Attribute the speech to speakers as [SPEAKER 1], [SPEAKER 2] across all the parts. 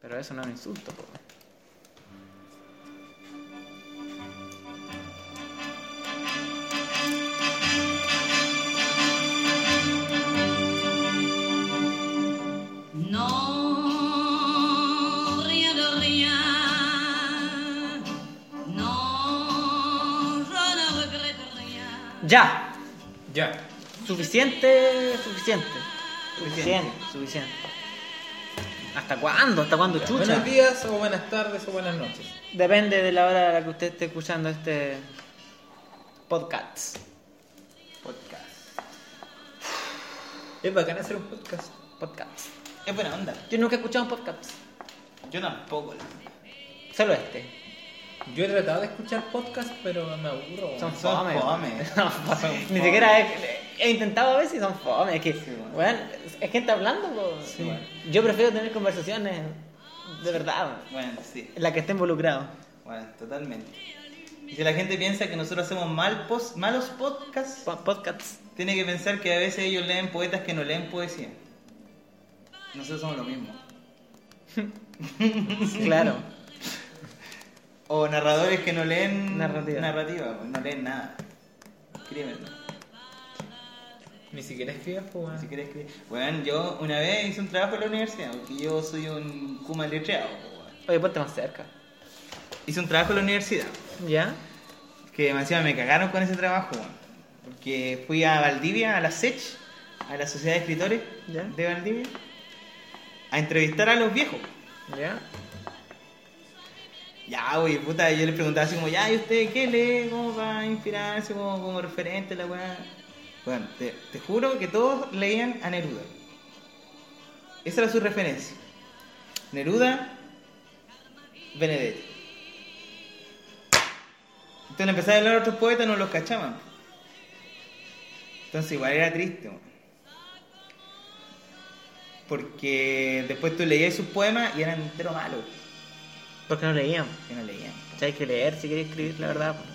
[SPEAKER 1] Pero eso no es un insulto, po.
[SPEAKER 2] Non, rien de rien. Non, je ne regrette rien.
[SPEAKER 1] ¡Ya!
[SPEAKER 3] Ya.
[SPEAKER 1] Suficiente, suficiente. Suficiente, suficiente. ¿Hasta cuándo? ¿Hasta cuándo, chucha?
[SPEAKER 3] Buenos días o buenas tardes o buenas noches.
[SPEAKER 1] Depende de la hora a la que usted esté escuchando este podcast.
[SPEAKER 3] Podcast. Es bacán hacer un podcast.
[SPEAKER 1] Podcast.
[SPEAKER 4] Es buena onda.
[SPEAKER 1] Yo nunca he escuchado un podcast.
[SPEAKER 4] Yo tampoco. la-
[SPEAKER 1] Solo este.
[SPEAKER 3] Yo he tratado de escuchar podcast, pero me aburro.
[SPEAKER 1] Son
[SPEAKER 4] Son
[SPEAKER 1] fome.
[SPEAKER 4] fome.
[SPEAKER 1] Son fome. Ni siquiera he, he intentado a ver si son fome. Es que,
[SPEAKER 4] bueno.
[SPEAKER 1] bueno, es gente hablando. po.
[SPEAKER 4] bueno.
[SPEAKER 1] Yo prefiero tener conversaciones de verdad,
[SPEAKER 4] Bueno, sí.
[SPEAKER 1] en la que esté involucrado.
[SPEAKER 4] Bueno, totalmente. Y si la gente piensa que nosotros hacemos mal pos- malos podcasts,
[SPEAKER 1] Po- Podcasts.
[SPEAKER 4] tiene que pensar que a veces ellos leen poetas que no leen poesía. Nosotros somos lo mismo.
[SPEAKER 1] Claro.
[SPEAKER 4] O narradores que no leen
[SPEAKER 1] Narrativa.
[SPEAKER 4] narrativa, pues, no leen nada. Escríbenlo.
[SPEAKER 3] Ni siquiera escribas, pues,
[SPEAKER 4] Si
[SPEAKER 3] weón.
[SPEAKER 4] quieres escribir. Bueno, yo una vez hice un trabajo en la universidad, porque yo soy un kuma letreado. pues, weón.
[SPEAKER 1] Oye, ponte más cerca.
[SPEAKER 4] Hice un trabajo en la universidad.
[SPEAKER 1] ¿Ya?
[SPEAKER 4] Que demasiado me cagaron con ese trabajo, weón. Porque fui a Valdivia, a la SECH, a la Sociedad de Escritores
[SPEAKER 1] Ya.
[SPEAKER 4] de Valdivia, a entrevistar a los viejos.
[SPEAKER 1] ¿Ya?
[SPEAKER 4] Ya, güey, puta, yo les preguntaba así como, ya, ¿y usted qué lee? ¿Cómo va a inspirarse como, como referente la weá? Bueno, te, te juro que todos leían a Neruda. Esa era su referencia. Neruda, Benedetti. Entonces le empezaba a hablar a otros poetas, no los cachaban. Entonces igual era triste, weón. Porque después tú leías sus poemas y eran entero malos,
[SPEAKER 1] Porque no leíamos.
[SPEAKER 4] que no leían.
[SPEAKER 1] O sea, hay que leer si queréis escribir, la verdad. pues. po.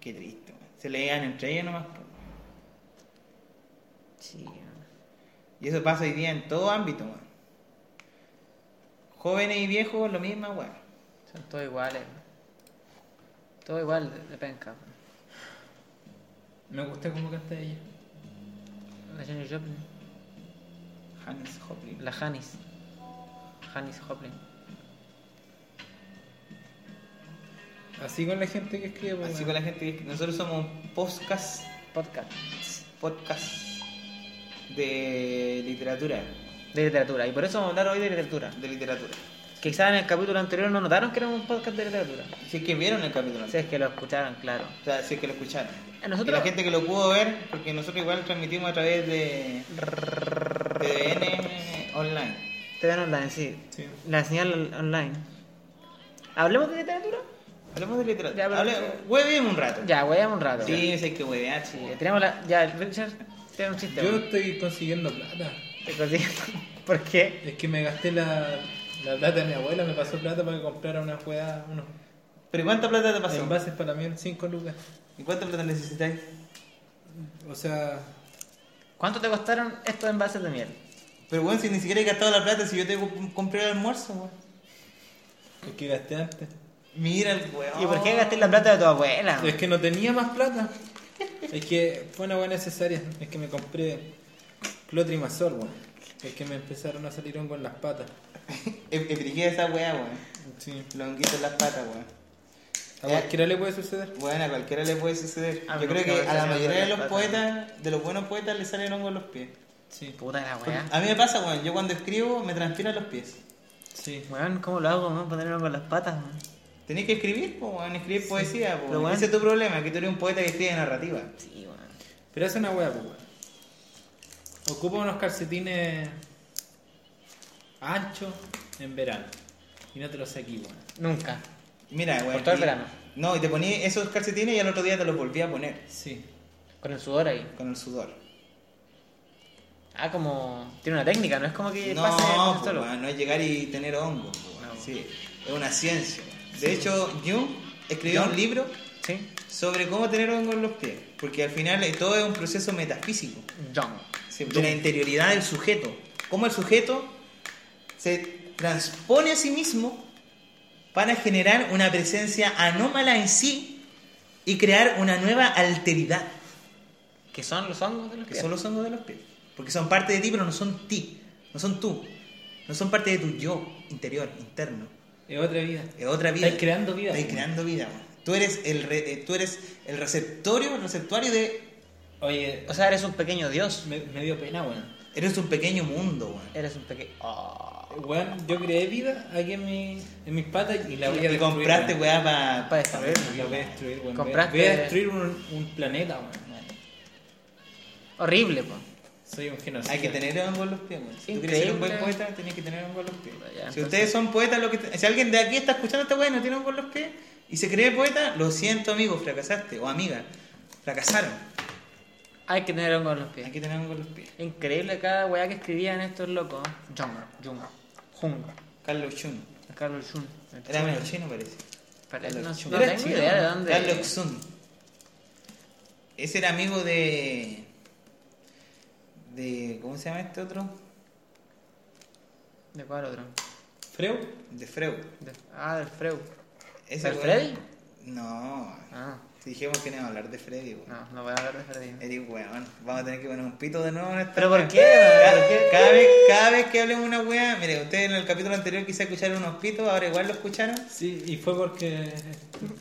[SPEAKER 4] Qué triste, weón. Se leían entre ellos nomás. po.
[SPEAKER 1] Sí.
[SPEAKER 4] Y eso pasa hoy día en todo ámbito, weón. Jóvenes y viejos, lo mismo, weón.
[SPEAKER 1] Son todos iguales. Todo igual de, de penca. pues. po.
[SPEAKER 3] Me gusta cómo canta ella.
[SPEAKER 1] La Janis Joplin.
[SPEAKER 4] Hannes Joplin.
[SPEAKER 1] La Janis. Janis Joplin.
[SPEAKER 3] Así con la gente que escribe, pues,
[SPEAKER 4] Así
[SPEAKER 3] weón.
[SPEAKER 4] con la gente que nosotros somos un podcast,
[SPEAKER 1] Podcast.
[SPEAKER 4] podcast de literatura,
[SPEAKER 1] De literatura. Y por eso vamos a hablar hoy de literatura.
[SPEAKER 4] de literatura.
[SPEAKER 1] Quizás en el capítulo anterior no notaron que era un podcast de literatura.
[SPEAKER 4] Si es que vieron el capítulo,
[SPEAKER 1] Si es que lo escucharon, claro.
[SPEAKER 4] o sea, si es que lo escucharon.
[SPEAKER 1] A nosotros-
[SPEAKER 4] Y la gente que lo pudo ver, porque nosotros igual transmitimos a través de TVN online.
[SPEAKER 1] TVN online, sí.
[SPEAKER 3] Sí.
[SPEAKER 1] La señal online. ¿Hablemos de literatura?
[SPEAKER 4] Hablamos de
[SPEAKER 1] Ya,
[SPEAKER 4] literatura.
[SPEAKER 1] pero-
[SPEAKER 4] Hable- hueveemos un rato.
[SPEAKER 1] Ya, weamos un rato.
[SPEAKER 4] Sí, sé que huevear,
[SPEAKER 1] Sí,
[SPEAKER 4] sí.
[SPEAKER 1] Eh, tenemos la. Ya, el Richard tiene un chiste.
[SPEAKER 3] Yo
[SPEAKER 1] weón.
[SPEAKER 3] estoy consiguiendo plata.
[SPEAKER 1] Te consigo- ¿Por qué?
[SPEAKER 3] Es que me gasté la, la plata de mi abuela, me pasó plata para que comprara una juega, unos
[SPEAKER 4] ¿Pero cuánta plata te pasó?
[SPEAKER 3] envases para mí en 5 lucas.
[SPEAKER 4] ¿Y cuánta plata necesitáis?
[SPEAKER 3] O sea,
[SPEAKER 1] ¿Cuánto te costaron estos envases de miel?
[SPEAKER 4] Pero bueno, si ni siquiera he gastado la plata, si yo te comp- compré el almuerzo, weón.
[SPEAKER 3] es que gasté antes.
[SPEAKER 4] Mira el weón.
[SPEAKER 1] ¿Y por qué gasté la plata de tu abuela?
[SPEAKER 3] Es que no tenía más plata. Es que fue una buena cesárea. Es que me compré clotrimazol, weón. Es que me empezaron a salir hongos en las patas.
[SPEAKER 4] E- Ebriqué esa weá, weón.
[SPEAKER 3] Sí.
[SPEAKER 4] Los honguitos en las patas, weón.
[SPEAKER 3] A cualquiera le puede suceder.
[SPEAKER 4] Bueno, a cualquiera le puede suceder.
[SPEAKER 1] A mí
[SPEAKER 4] yo creo
[SPEAKER 1] nunca
[SPEAKER 4] que
[SPEAKER 1] me
[SPEAKER 4] a la
[SPEAKER 1] salieron
[SPEAKER 4] mayoría
[SPEAKER 1] las
[SPEAKER 4] de los
[SPEAKER 1] patas.
[SPEAKER 4] poetas, de los buenos poetas, le salen hongos en los pies.
[SPEAKER 3] Sí.
[SPEAKER 1] Puta la weá.
[SPEAKER 4] A mí me pasa, weón. Yo cuando escribo, me transpiran los pies.
[SPEAKER 3] Sí.
[SPEAKER 1] Weón, ¿cómo lo hago? Vamos a ponerlo con las patas, weón.
[SPEAKER 4] Tenés que escribir, po, weón. Escribir poesía, po,
[SPEAKER 1] pero
[SPEAKER 4] weón.
[SPEAKER 1] weón-
[SPEAKER 4] Ese es tu problema, que tú eres un poeta que escribe narrativa.
[SPEAKER 1] Sí, weón.
[SPEAKER 3] Pero hace una weá, pues, weón. Ocupa unos calcetines anchos en verano. Y no te los saquí, weón.
[SPEAKER 1] Nunca.
[SPEAKER 4] Mira, weón.
[SPEAKER 1] Por todo el
[SPEAKER 4] y-
[SPEAKER 1] verano.
[SPEAKER 4] No, y te poní esos calcetines y al otro día te los volví a poner.
[SPEAKER 3] Sí.
[SPEAKER 1] Con el sudor ahí.
[SPEAKER 4] Con el sudor.
[SPEAKER 1] Ah, como. Tiene una técnica, no es como que
[SPEAKER 4] No,
[SPEAKER 1] Eh, pase
[SPEAKER 4] po,
[SPEAKER 1] solo.
[SPEAKER 4] weón, no es llegar y tener hongo. po, weón.
[SPEAKER 1] No.
[SPEAKER 4] Sí, es una ciencia. weón. De hecho, Jung escribió un libro
[SPEAKER 1] Sí.
[SPEAKER 4] sobre cómo tener hongo en los pies. Porque al final eh, todo es un proceso metafísico.
[SPEAKER 1] John.
[SPEAKER 4] sí, De la interioridad del sujeto. Cómo el sujeto se transpone a sí mismo para generar una presencia anómala en sí y crear una nueva alteridad,
[SPEAKER 1] Que son los hongos de los
[SPEAKER 4] que son los hongos de los pies. Porque son parte de ti, pero no son ti, no son tú, no son parte de tu yo interior, interno.
[SPEAKER 3] Es otra vida.
[SPEAKER 4] Es otra vida.
[SPEAKER 3] Estáis creando vida.
[SPEAKER 4] Estáis creando vida, weón. Tú eres el, re- eh, tú eres el receptorio, el receptuario de...
[SPEAKER 3] Oye,
[SPEAKER 1] O sea, eres un pequeño dios.
[SPEAKER 3] me, me dio pena, weón.
[SPEAKER 4] Eres un pequeño mundo, weón.
[SPEAKER 1] Eres un Oh, pequeño.
[SPEAKER 3] Weón, yo creé vida aquí en, mi, en mis patas y la voy a
[SPEAKER 4] Y
[SPEAKER 3] destruir,
[SPEAKER 4] compraste,
[SPEAKER 3] weón.
[SPEAKER 4] weá, para...
[SPEAKER 1] Para destruir.
[SPEAKER 3] La voy a destruir, weón.
[SPEAKER 1] Compraste-
[SPEAKER 3] Voy a destruir un, un planeta, weón.
[SPEAKER 1] Horrible, po.
[SPEAKER 3] Soy un genocida.
[SPEAKER 4] Hay que tener hongo en los pies, weón. Si tú quieres ser un buen
[SPEAKER 1] Increíble.
[SPEAKER 4] poeta, tenés que tener hongo en los pies.
[SPEAKER 1] Ya,
[SPEAKER 4] si
[SPEAKER 1] entonces-
[SPEAKER 4] ustedes son poetas, lo que te- si alguien de aquí está escuchando esta weá y no tiene hongo en los pies y se cree poeta, lo siento, amigo, fracasaste. O amiga, fracasaron.
[SPEAKER 1] Hay que tener hongos en los
[SPEAKER 4] Hay
[SPEAKER 1] pies.
[SPEAKER 4] que tener hongo en los pies.
[SPEAKER 1] Increíble cada weá que escribían estos locos. Jung, Jung, Jung.
[SPEAKER 4] Carlos Chun.
[SPEAKER 1] Carlos Jung. El
[SPEAKER 4] Era
[SPEAKER 1] Jung.
[SPEAKER 4] menos chino, parece.
[SPEAKER 1] Pero No,
[SPEAKER 4] Carlos
[SPEAKER 1] no
[SPEAKER 4] Chun. Era
[SPEAKER 1] tengo
[SPEAKER 4] chino,
[SPEAKER 1] idea de dónde.
[SPEAKER 4] Carlos Chun. Ese era amigo de... de... ¿Cómo se llama este otro?
[SPEAKER 1] ¿De cuál otro?
[SPEAKER 3] Freu,
[SPEAKER 4] De Freud.
[SPEAKER 1] De- ah, del Freud.
[SPEAKER 4] Ese
[SPEAKER 1] ¿Del
[SPEAKER 4] weón-
[SPEAKER 1] Freddy?
[SPEAKER 4] No.
[SPEAKER 1] Ah,
[SPEAKER 4] Dijimos que no iba a hablar de Freddy, weón.
[SPEAKER 1] no, no voy a hablar de Freddy.
[SPEAKER 4] Eric, weón, vamos a tener que poner un pito de nuevo en esta.
[SPEAKER 1] ¿Pero por qué?
[SPEAKER 4] Cada,
[SPEAKER 1] ¿Por qué?
[SPEAKER 4] cada vez, cada vez que hablemos una weá, mire, ustedes en el capítulo anterior quizá escucharon unos pitos, ahora igual lo escucharon.
[SPEAKER 3] sí, y fue porque.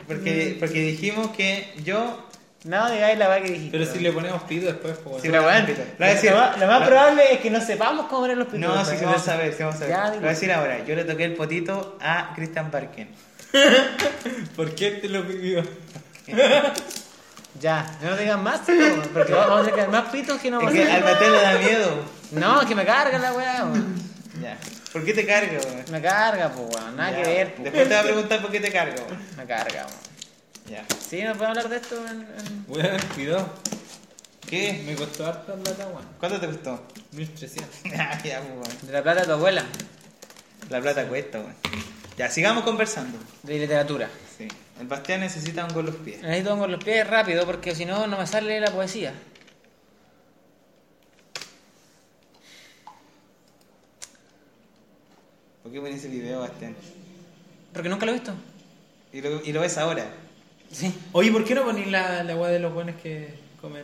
[SPEAKER 4] Porque, porque dijimos que yo.
[SPEAKER 1] No digáis la weá que dijiste.
[SPEAKER 3] Pero si le ponemos pito después, pues, weón.
[SPEAKER 4] Sí,
[SPEAKER 1] Pero bueno,
[SPEAKER 4] Lo voy a
[SPEAKER 1] lo,
[SPEAKER 4] decir.
[SPEAKER 1] más, lo más
[SPEAKER 4] Lo-
[SPEAKER 1] probable es que no sepamos cómo eran los pitos.
[SPEAKER 4] No, sí, sí,
[SPEAKER 1] weón.
[SPEAKER 4] vamos a ver, sí, vamos a ver.
[SPEAKER 1] Ya,
[SPEAKER 4] Lo
[SPEAKER 1] digo.
[SPEAKER 4] voy a decir ahora, yo le toqué el potito a Christian Parken.
[SPEAKER 3] ¿Por qué este te lo pidió?
[SPEAKER 1] Ya, no digan más, tío, weón, porque vamos a sacar más pitos que no
[SPEAKER 4] Es
[SPEAKER 1] vamos
[SPEAKER 4] que
[SPEAKER 1] a
[SPEAKER 4] al
[SPEAKER 1] hacer.
[SPEAKER 4] Mateo le da miedo.
[SPEAKER 1] No, que me carga la weá, weón.
[SPEAKER 4] Ya. ¿Por qué te carga, weón?
[SPEAKER 1] Me carga, pues, weón. Nada
[SPEAKER 4] Ya.
[SPEAKER 1] que ver, pues.
[SPEAKER 4] Después te va a preguntar por qué te carga, weón.
[SPEAKER 1] Me carga, weón.
[SPEAKER 4] Ya.
[SPEAKER 1] Sí, no puedo hablar de esto en. en-
[SPEAKER 3] Weón, cuidado.
[SPEAKER 4] ¿Qué?
[SPEAKER 3] Me costó harta plata, weón.
[SPEAKER 4] ¿Cuánto te costó?
[SPEAKER 3] 1300.
[SPEAKER 4] Ah, ya, weón.
[SPEAKER 1] De la plata de tu abuela,
[SPEAKER 4] La plata cuesta, weón. Ya, sigamos conversando.
[SPEAKER 1] de literatura.
[SPEAKER 4] Sí. El Bastián necesita un gol los pies.
[SPEAKER 1] Necesito con los pies rápido porque si no, no me sale la poesía.
[SPEAKER 4] ¿Por qué pones ese video, Bastián?
[SPEAKER 1] Porque nunca lo he visto.
[SPEAKER 4] Y lo, y lo ves ahora.
[SPEAKER 1] Sí.
[SPEAKER 3] Oye, ¿por qué no ponéis la, la weá de los buenos que comen?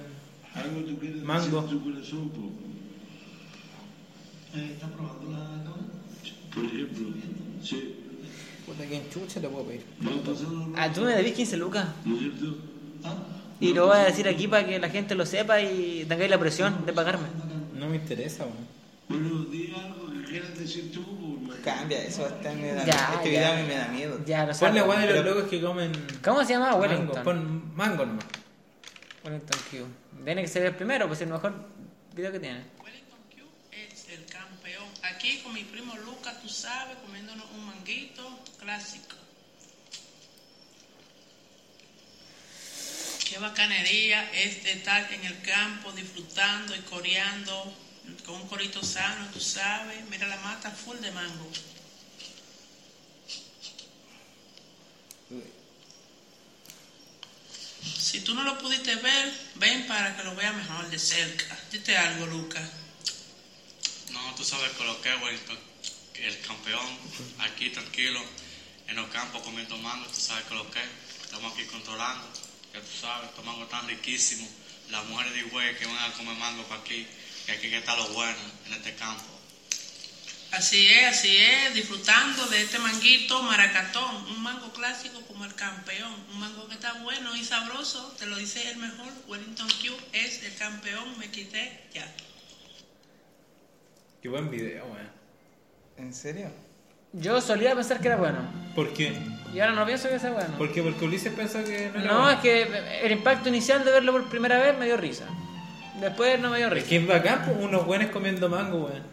[SPEAKER 5] Algo tú quieres
[SPEAKER 3] Mango.
[SPEAKER 5] decir tu corazón, po. ¿Estás probando la cámara? Por ejemplo, sí.
[SPEAKER 3] Puta, que en chucha lo puedo pedir.
[SPEAKER 5] ¿No han pasado
[SPEAKER 1] Ah, tú me debís 15 lucas.
[SPEAKER 5] ¿No es cierto?
[SPEAKER 1] Y lo voy a decir aquí para que la gente lo sepa y tengáis la presión de pagarme.
[SPEAKER 3] No me interesa, weón.
[SPEAKER 5] Bueno, di algo que quieras decir tú, po. hermano.
[SPEAKER 4] Cambia, eso Bastián me da
[SPEAKER 1] Ya,
[SPEAKER 4] Este
[SPEAKER 1] ya.
[SPEAKER 4] video a mí me da miedo.
[SPEAKER 1] Ya, no
[SPEAKER 3] Pon
[SPEAKER 1] sé.
[SPEAKER 3] la weá de los
[SPEAKER 4] Pero-
[SPEAKER 3] locos que comen.
[SPEAKER 1] ¿Cómo se llama?
[SPEAKER 3] Mango,
[SPEAKER 1] Wellington.
[SPEAKER 3] pon mango nomás.
[SPEAKER 1] Wellington Q. Tiene que ser el primero, pues el mejor video que tiene.
[SPEAKER 6] Wellington Q es el campeón. Aquí con mi primo Luca, tú sabes, comiéndonos un manguito clásico. Qué bacanería es de estar en el campo disfrutando y coreando con un corito sano, tú sabes. Mira la mata full de mango. Si tú no lo pudiste ver, ven para que lo veas mejor de cerca. Dite algo, Luca.
[SPEAKER 7] No, tú sabes que lo que es, Wellington, el campeón, aquí tranquilo, en los campos comiendo mango, tú sabes que lo que es, estamos aquí controlando, ya tú sabes, estos mangos están riquísimos, las mujeres de güey que van a comer mango para aquí, que aquí que está lo bueno, en este campo.
[SPEAKER 6] Así es, así es, disfrutando de este manguito maracatón, un mango clásico como el campeón, un mango que está bueno y sabroso, te lo dice el mejor, Wellington Q es el campeón, me quité ya.
[SPEAKER 3] Qué buen video, weón.
[SPEAKER 4] ¿En serio?
[SPEAKER 1] Yo solía pensar que era bueno.
[SPEAKER 3] ¿Por qué?
[SPEAKER 1] Y ahora no pienso que sea bueno.
[SPEAKER 3] ¿Por qué? Porque Ulises pensó que no era
[SPEAKER 1] No, es
[SPEAKER 3] bueno.
[SPEAKER 1] que el impacto inicial de verlo por primera vez me dio risa. Después no me dio
[SPEAKER 3] Es
[SPEAKER 1] risa.
[SPEAKER 3] que es bacán, pues, unos buenos comiendo mango, weón.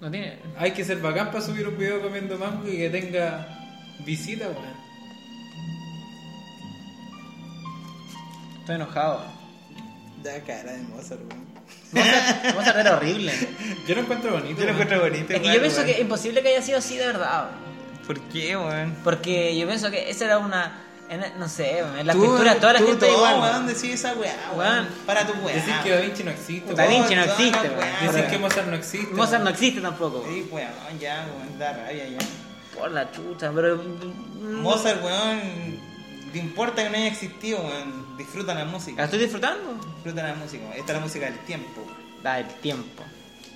[SPEAKER 1] No tiene.
[SPEAKER 3] Hay que ser bacán para subir un video comiendo mango y que tenga visita, weón.
[SPEAKER 1] Estoy enojado.
[SPEAKER 4] Da cara de Mozart, weón.
[SPEAKER 1] Vamos a ver horrible.
[SPEAKER 3] Yo lo encuentro bonito.
[SPEAKER 4] Yo lo
[SPEAKER 3] weón.
[SPEAKER 4] encuentro bonito.
[SPEAKER 1] Es que yo
[SPEAKER 4] igual,
[SPEAKER 1] pienso que es
[SPEAKER 4] weón.
[SPEAKER 1] imposible que haya sido así de verdad.
[SPEAKER 4] ¿Por qué, weón?
[SPEAKER 1] Porque yo pienso que esa era una. en- no sé, en la
[SPEAKER 4] Tú,
[SPEAKER 1] pintura toda la
[SPEAKER 4] tú,
[SPEAKER 1] gente
[SPEAKER 4] todo,
[SPEAKER 1] igual.
[SPEAKER 4] weón, decís esa weá,
[SPEAKER 1] Weón.
[SPEAKER 4] weón. Para tu weá.
[SPEAKER 3] Decís que Da Vinci no existe.
[SPEAKER 1] Da
[SPEAKER 3] weón.
[SPEAKER 1] Vinci no
[SPEAKER 4] Todas
[SPEAKER 1] existe,
[SPEAKER 4] las
[SPEAKER 1] weón.
[SPEAKER 4] weas,
[SPEAKER 3] Decís
[SPEAKER 4] weón.
[SPEAKER 3] que Mozart no existe.
[SPEAKER 1] Mozart no
[SPEAKER 3] weón.
[SPEAKER 1] existe tampoco.
[SPEAKER 4] Sí, weón, ya, weón, da rabia ya.
[SPEAKER 1] Por la chucha, pero. mm,
[SPEAKER 4] Mozart, weón, te importa que no haya existido, weón. Disfruta la
[SPEAKER 1] ¿La
[SPEAKER 4] música.
[SPEAKER 1] estoy disfrutando?
[SPEAKER 4] Disfruta la música, weón. Esta es la música del tiempo.
[SPEAKER 1] Da el tiempo.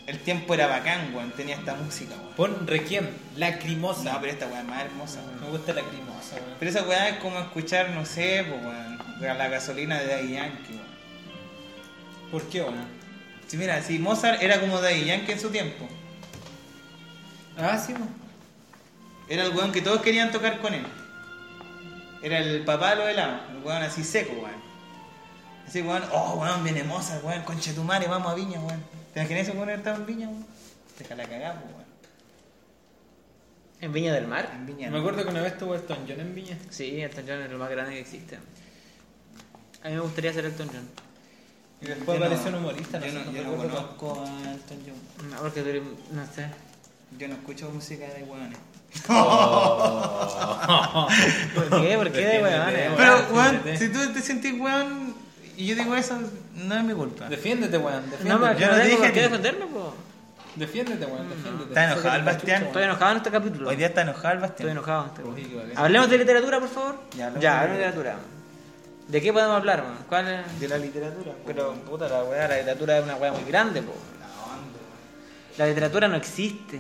[SPEAKER 4] El tiempo era bacán, weón. Tenía esta música, weón.
[SPEAKER 3] Pon Requiem, Lacrimosa.
[SPEAKER 4] No, pero esta weá es más hermosa, weón.
[SPEAKER 3] Me gusta Lacrimosa, weón.
[SPEAKER 4] Pero esa weá es como escuchar, no sé, po, weón, la gasolina de Daddy Yankee, weón.
[SPEAKER 3] ¿Por qué, weón?
[SPEAKER 4] Si mira, si Mozart era como Daddy Yankee en su tiempo,
[SPEAKER 3] Ah, sí, weón.
[SPEAKER 4] era el weón que todos querían tocar con él. Era el papá de los helados, el weón así seco, weón. Así, weón, oh, weón, viene Mozart, weón, conche tu madre, vamos a Viña, weón. ¿Te imaginas ese weón haber estado en Viña, weón? Déjala cagar, po, weón.
[SPEAKER 1] ¿En Viña del Mar?
[SPEAKER 4] En Viña.
[SPEAKER 3] Me acuerdo que una vez tuvo Elton John en Viña.
[SPEAKER 1] Sí, Elton John es lo más grande que existe. A mí me gustaría ser Elton John.
[SPEAKER 3] Y después
[SPEAKER 4] Yo no-
[SPEAKER 3] apareció un humorista.
[SPEAKER 4] Yo
[SPEAKER 3] sé,
[SPEAKER 4] no, yo no
[SPEAKER 3] recuerdo
[SPEAKER 4] conozco a Elton John.
[SPEAKER 1] No, porque tú eres- no sé.
[SPEAKER 4] Yo no escucho música de weones.
[SPEAKER 1] ¿Por qué? ¿Por qué de
[SPEAKER 3] Defiéndete,
[SPEAKER 1] huevones?
[SPEAKER 4] Pero,
[SPEAKER 3] Weón,
[SPEAKER 4] weón,
[SPEAKER 3] fíjate.
[SPEAKER 4] si tú te sentís weón y yo digo eso, no es mi culpa.
[SPEAKER 3] Defiéndete, weón. Defiéndete,
[SPEAKER 1] No, pero
[SPEAKER 4] Yo no
[SPEAKER 1] no tengo
[SPEAKER 4] dije
[SPEAKER 1] por qué
[SPEAKER 4] ni-
[SPEAKER 1] defenderme, po.
[SPEAKER 3] defiéndete, weón. Defiéndete.
[SPEAKER 4] Está enojado el Bastián.
[SPEAKER 1] Estoy enojado en este capítulo.
[SPEAKER 4] Hoy día está enojado el
[SPEAKER 1] Estoy
[SPEAKER 4] Bastián.
[SPEAKER 1] enojado. estoy-
[SPEAKER 3] Uy, qué valiente.
[SPEAKER 1] Hablemos de literatura, por favor.
[SPEAKER 4] Ya,
[SPEAKER 1] Ya,
[SPEAKER 4] hablemos de
[SPEAKER 1] hablemos de literatura. ¿De qué podemos hablar, man? ¿Cuál es?
[SPEAKER 4] De la literatura.
[SPEAKER 1] Pero, puta, la weá, la literatura es una weá muy grande, po. La literatura no existe.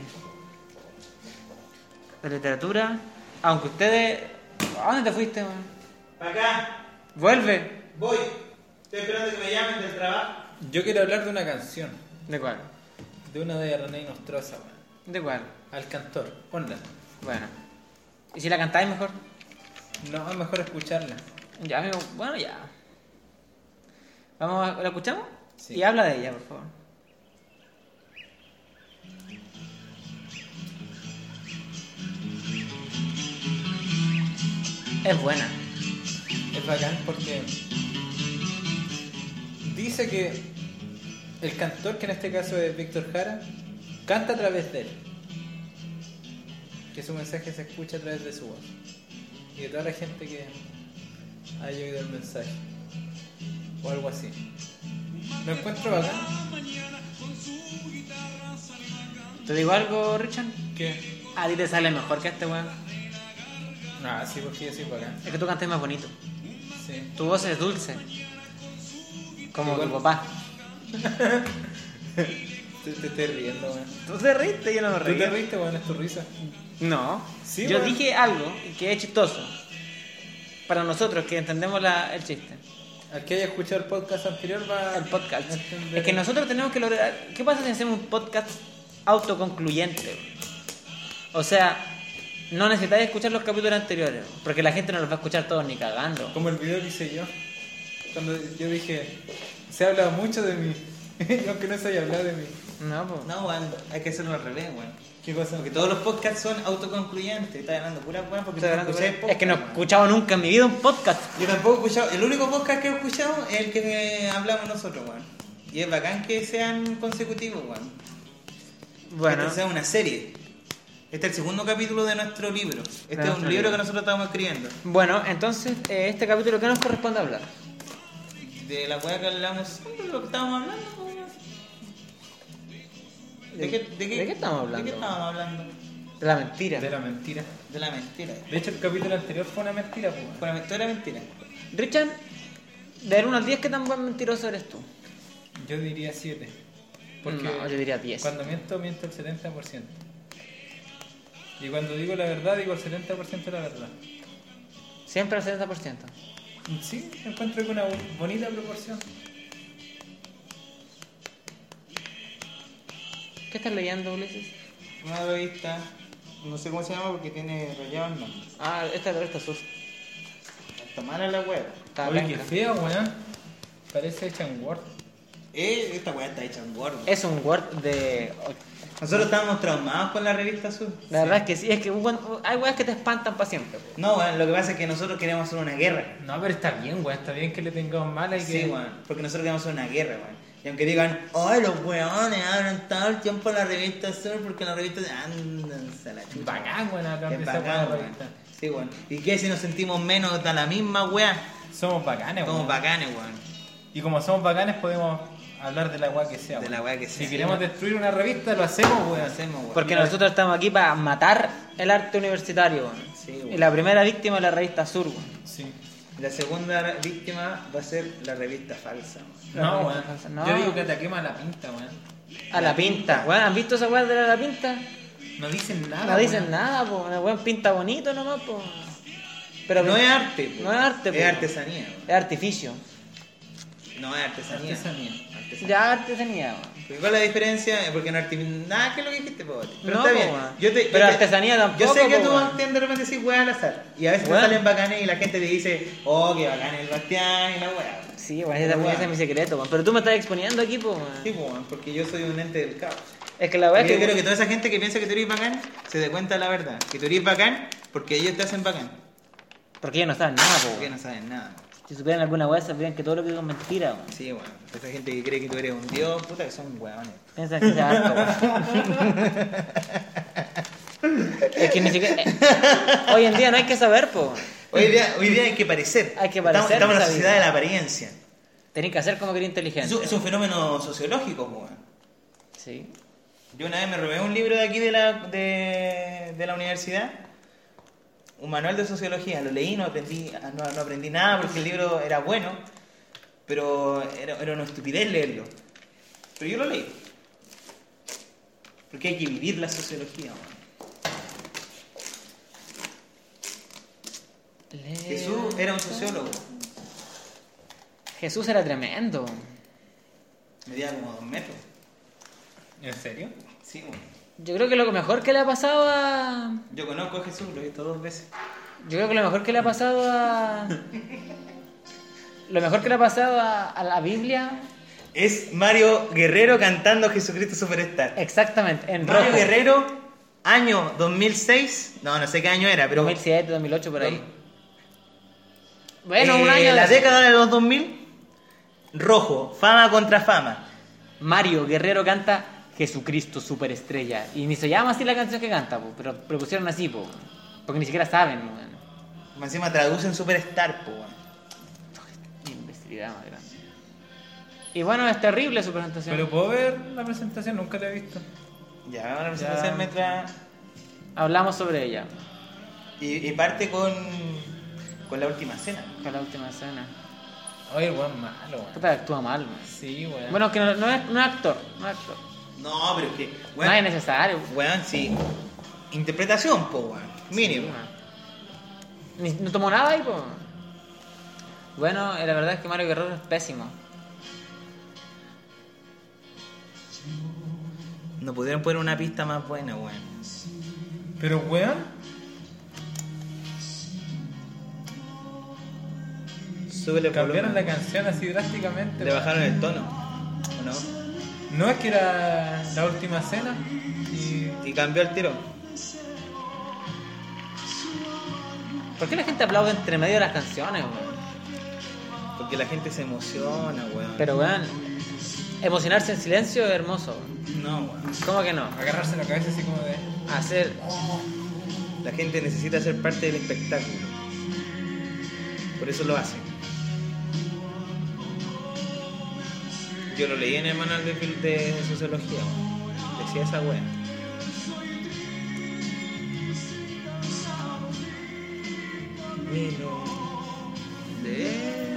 [SPEAKER 1] La literatura, aunque ustedes... ¿A dónde te fuiste, man?
[SPEAKER 4] Para acá,
[SPEAKER 1] Vuelve.
[SPEAKER 4] voy. Estoy esperando que me llamen del trabajo.
[SPEAKER 3] Yo quiero hablar de una canción.
[SPEAKER 1] ¿De cuál?
[SPEAKER 3] De una de René Nostroza, weón.
[SPEAKER 1] ¿De cuál?
[SPEAKER 3] Al cantor. Ponla.
[SPEAKER 1] Bueno. ¿Y si la cantáis mejor?
[SPEAKER 3] No, es mejor escucharla.
[SPEAKER 1] Ya, amigo. Bueno, ya. Vamos, a- ¿La escuchamos?
[SPEAKER 3] Sí.
[SPEAKER 1] Y habla de ella, por favor. Es buena.
[SPEAKER 3] Es bacán porque dice que el cantor, que en este caso es Víctor Jara, canta a través de él. Que su mensaje se escucha a través de su voz. Y de toda la gente que haya oído el mensaje. O algo así. Lo encuentro bacán.
[SPEAKER 1] ¿Te digo algo, Richard?
[SPEAKER 3] ¿Qué?
[SPEAKER 1] A ti te sale mejor que a este weón.
[SPEAKER 3] Ah, sí, porque yo soy bacán.
[SPEAKER 1] Es que tú cantas más bonito.
[SPEAKER 3] Sí.
[SPEAKER 1] Tu voz es dulce. Como tu
[SPEAKER 3] Igual.
[SPEAKER 1] papá.
[SPEAKER 3] Te, te estoy riendo, weón.
[SPEAKER 1] Tú te riste, yo no me
[SPEAKER 3] ¿Tú te riste, weón? Es tu risa.
[SPEAKER 1] No.
[SPEAKER 3] Sí,
[SPEAKER 1] yo
[SPEAKER 3] weón.
[SPEAKER 1] dije algo que es chistoso. Para nosotros que entendemos la- el chiste.
[SPEAKER 3] Al que haya escuchado el podcast anterior va
[SPEAKER 1] El podcast.
[SPEAKER 3] entender.
[SPEAKER 1] Es que nosotros tenemos que lograr. ¿Qué pasa si hacemos un podcast autoconcluyente? O sea, no necesitáis escuchar los capítulos anteriores. Porque la gente no los va a escuchar todos ni cagando.
[SPEAKER 3] Como el video que hice yo, cuando yo dije, se ha hablado mucho de mí, y aunque no se haya hablado de mí.
[SPEAKER 1] No, po.
[SPEAKER 4] No, weón, hay que hacerlo al revés, weón.
[SPEAKER 3] ¿Qué cosa?
[SPEAKER 4] Porque todos los podcasts son autoconcluyentes. Estás hablando pura weón porque tú
[SPEAKER 1] Estoy
[SPEAKER 4] no
[SPEAKER 1] hablando
[SPEAKER 4] escuchás
[SPEAKER 1] por- Es que no he
[SPEAKER 4] podcast,
[SPEAKER 1] escuchado nunca en mi vida un podcast.
[SPEAKER 4] weón. Yo tampoco he escuchado. El único podcast que he escuchado es el que hablamos nosotros, weón. Y es bacán que sean consecutivos, weón.
[SPEAKER 1] Bueno,
[SPEAKER 4] Esta sea una serie. Este es el segundo capítulo de nuestro libro. Este es un
[SPEAKER 1] nuestro
[SPEAKER 4] libro,
[SPEAKER 1] libro.
[SPEAKER 4] que nosotros estamos escribiendo.
[SPEAKER 1] bueno entonces, eh, este capítulo, ¿qué nos corresponde hablar?
[SPEAKER 4] De la weá que hablamos, de lo que estábamos hablando, weón. ¿De qué, de, qué,
[SPEAKER 1] ¿De qué estamos hablando?
[SPEAKER 4] ¿De qué estábamos hablando?
[SPEAKER 1] De la mentira.
[SPEAKER 3] De la mentira.
[SPEAKER 4] De la mentira. Fue
[SPEAKER 3] De hecho, el capítulo anterior fue una mentira, pues.
[SPEAKER 4] la mentira, la mentira.
[SPEAKER 1] Richard, de 1 al 10, ¿qué tan buen mentiroso eres tú?
[SPEAKER 3] Yo diría 7. Porque
[SPEAKER 1] No, yo diría 10.
[SPEAKER 3] cuando miento, miento el 70%. Y cuando digo la verdad, digo el 70% de la verdad.
[SPEAKER 1] Siempre al 70%.
[SPEAKER 3] Sí, encuentro que una bonita proporción.
[SPEAKER 1] ¿Qué estás leyendo, Ulises?
[SPEAKER 4] Una revista, no sé cómo se llama porque tiene rayado el nombre.
[SPEAKER 1] Ah, esta es la revista azul.
[SPEAKER 4] Está mala la weá.
[SPEAKER 1] Está
[SPEAKER 3] Oye, qué
[SPEAKER 1] blanca.
[SPEAKER 3] fea, weón. Parece hecha en Word.
[SPEAKER 4] Eh, esta weá está hecha en gordo.
[SPEAKER 1] Es un Word de.
[SPEAKER 4] Nosotros estábamos traumados con la revista azul.
[SPEAKER 1] La verdad es que sí, es que bueno, hay weas que te espantan para siempre. po.
[SPEAKER 4] No, weón, lo que pasa es que nosotros queríamos hacer una guerra.
[SPEAKER 3] No, pero está bien, weón. Está bien que le tengamos mala y que.
[SPEAKER 4] Sí, weón, porque nosotros queríamos hacer una guerra, weón. Y aunque digan, ay, los weones hablan todo el tiempo en la revista Sur porque la revista Ah, Sur. Ándanse a la chucha.
[SPEAKER 3] Bacán, weón, acá
[SPEAKER 4] Es
[SPEAKER 3] empieza
[SPEAKER 4] bacán,
[SPEAKER 3] la
[SPEAKER 4] weón.
[SPEAKER 3] revista.
[SPEAKER 4] Sí, weón. ¿Y qué si nos sentimos menos da la misma weá?
[SPEAKER 3] Somos bacanes, weón.
[SPEAKER 4] Somos bacanes, weón.
[SPEAKER 3] Y como somos bacanes, podemos hablar de la weá que sea.
[SPEAKER 4] De
[SPEAKER 3] weón.
[SPEAKER 4] la weá que
[SPEAKER 3] Si
[SPEAKER 4] sea.
[SPEAKER 3] queremos destruir una revista, lo hacemos,
[SPEAKER 4] Lo
[SPEAKER 3] weón.
[SPEAKER 4] hacemos, weón.
[SPEAKER 1] Porque nosotros estamos aquí para matar el arte universitario. weón.
[SPEAKER 4] Sí, weón.
[SPEAKER 1] Y la primera víctima es la revista Sur. weón.
[SPEAKER 3] Sí.
[SPEAKER 4] La segunda víctima va a ser la revista falsa, weón.
[SPEAKER 3] No,
[SPEAKER 1] No,
[SPEAKER 3] weón.
[SPEAKER 1] no.
[SPEAKER 3] Yo digo que te quema la pinta, weón.
[SPEAKER 1] A la pinta. Weón, ¿Han visto esa weá de la, la pinta?
[SPEAKER 3] No dicen
[SPEAKER 4] Ah,
[SPEAKER 3] nada.
[SPEAKER 1] no dicen
[SPEAKER 3] weón.
[SPEAKER 1] nada, po. La weón pinta bonito nomás, po. Pero
[SPEAKER 4] no es arte, po.
[SPEAKER 1] No es arte, po.
[SPEAKER 4] Es artesanía, weón.
[SPEAKER 1] Es artificio.
[SPEAKER 4] No es artesanía.
[SPEAKER 3] Artesanía.
[SPEAKER 4] Artesanía.
[SPEAKER 1] Ya artesanía, weón.
[SPEAKER 4] Pero ¿Cuál es la diferencia? eh, Porque en arte... Nada, que es lo que dijiste, po? Pero
[SPEAKER 1] No,
[SPEAKER 4] está
[SPEAKER 1] po,
[SPEAKER 4] bien.
[SPEAKER 1] weón.
[SPEAKER 4] Yo te, yo
[SPEAKER 1] Pero
[SPEAKER 4] te-
[SPEAKER 1] artesanía
[SPEAKER 4] Yo
[SPEAKER 1] tampoco,
[SPEAKER 4] sé que
[SPEAKER 1] po,
[SPEAKER 4] tú
[SPEAKER 1] weón.
[SPEAKER 4] entiendes de repente decís weá al azar. Y a veces te
[SPEAKER 1] Weón.
[SPEAKER 4] salen bacanes y la gente te dice, oh, qué bacán el Bastián y la weá.
[SPEAKER 1] Sí, weón, ese, ese es mi secreto, weón. Pero tú me estás exponiendo aquí, po, weón.
[SPEAKER 4] Sí, po, weón, porque yo soy un ente del caos.
[SPEAKER 1] Es que la weá es
[SPEAKER 4] yo
[SPEAKER 1] que.
[SPEAKER 4] creo que toda esa gente que piensa que tú eres bacán se dé cuenta de la verdad. Que tú eres bacán porque ellos te hacen bacán.
[SPEAKER 1] Porque ellos no saben nada, po,
[SPEAKER 4] Porque
[SPEAKER 1] weón.
[SPEAKER 4] no saben nada.
[SPEAKER 1] Si supieran alguna weá, sabrían que todo lo que digo es mentira, weón.
[SPEAKER 4] Sí, bueno. Esa gente que cree que tú eres un dios, puta que son weones.
[SPEAKER 1] Piensan que es harto, weón. Es que ni siquiera. eh, hoy en día no hay que saber, po. weón.
[SPEAKER 4] Hoy día, hoy día hay que parecer.
[SPEAKER 1] Hay que
[SPEAKER 4] Estamos-
[SPEAKER 1] parecer
[SPEAKER 4] Estamos, en la
[SPEAKER 1] esa
[SPEAKER 4] sociedad
[SPEAKER 1] vida.
[SPEAKER 4] de la apariencia.
[SPEAKER 1] Tenés que hacer como que eres inteligente.
[SPEAKER 4] Es un, es un fenómeno sociológico, weón.
[SPEAKER 1] Sí.
[SPEAKER 4] Yo una vez me robé un libro de aquí de la, de, de la universidad, un manual de sociología, lo leí, no aprendí, no, no aprendí nada porque el libro era bueno, pero era, era una estupidez leerlo. Pero yo lo leí. Porque hay que vivir la sociología, weón.
[SPEAKER 1] Eh,
[SPEAKER 4] Jesús eh. era un sociólogo,
[SPEAKER 1] Jesús era tremendo.
[SPEAKER 4] medía como dos metros.
[SPEAKER 3] ¿En serio?
[SPEAKER 4] Sí, weón.
[SPEAKER 1] Yo creo que lo mejor que le ha pasado a.
[SPEAKER 4] Yo conozco a Jesús, lo he visto dos veces.
[SPEAKER 1] Yo creo que lo mejor que le ha pasado a. Lo mejor que le ha pasado a, a la Biblia.
[SPEAKER 4] Es Mario Guerrero cantando Jesucristo Superstar.
[SPEAKER 1] Exactamente, en
[SPEAKER 4] Mario
[SPEAKER 1] rojo.
[SPEAKER 4] Guerrero, año 2006, no, no sé qué año era, pero...
[SPEAKER 1] 2007, 2008, por ahí. Bueno,
[SPEAKER 4] Eh,
[SPEAKER 1] un año.
[SPEAKER 4] La
[SPEAKER 1] de-
[SPEAKER 4] década de los 2000, rojo, fama contra fama.
[SPEAKER 1] Mario Guerrero canta Jesucristo Superestrella. Y ni se llama así la canción que canta, po, pero pero pusieron así, po, porque ni siquiera saben. weón.
[SPEAKER 4] Más Encima traducen superstar, po. weón.
[SPEAKER 1] Imbecilidad más grande. Y bueno, es terrible su presentación.
[SPEAKER 3] Pero puedo ver la presentación, nunca la he visto.
[SPEAKER 4] Ya, vamos a la presentación
[SPEAKER 3] Ya.
[SPEAKER 4] mientras-
[SPEAKER 1] Hablamos sobre ella.
[SPEAKER 4] Y, y parte con, con la última cena.
[SPEAKER 1] Con la última escena.
[SPEAKER 3] Oye, el weón malo, weón.
[SPEAKER 1] Puta, actúa mal. weón.
[SPEAKER 3] Sí, weón.
[SPEAKER 1] Bueno, que no, no es, no es actor. No es actor.
[SPEAKER 4] No, pero es que...
[SPEAKER 1] No es
[SPEAKER 4] Weón,
[SPEAKER 1] necesario.
[SPEAKER 4] weón, sí. Interpretación, po, weón. Mínimo.
[SPEAKER 1] Sí, weón. Ni- no tomó nada ahí, po. Bueno, eh, la verdad es que Mario Guerrero es pésimo.
[SPEAKER 4] no pudieron poner una pista más buena, weón.
[SPEAKER 3] Pero, weón.
[SPEAKER 4] Sube el
[SPEAKER 3] Cambiaron la
[SPEAKER 4] volumen.
[SPEAKER 3] canción así drásticamente.
[SPEAKER 4] Le
[SPEAKER 3] weón.
[SPEAKER 4] bajaron el tono, ¿o ¿no?
[SPEAKER 3] No es que era la última cena. Y...
[SPEAKER 4] Y cambió el tiro.
[SPEAKER 1] ¿Por qué la gente aplaude entre medio de las canciones, weón?
[SPEAKER 4] Porque la gente se emociona, weón.
[SPEAKER 1] Pero, weón, emocionarse en silencio es hermoso. weón.
[SPEAKER 4] No, weón.
[SPEAKER 1] ¿Cómo que no?
[SPEAKER 3] Agarrarse la cabeza así como de.
[SPEAKER 1] Hacer.
[SPEAKER 4] La gente necesita ser parte del espectáculo. Por eso lo hacen. Yo lo leí en el manual de, fil- de sociología, weón. Decía esa weón.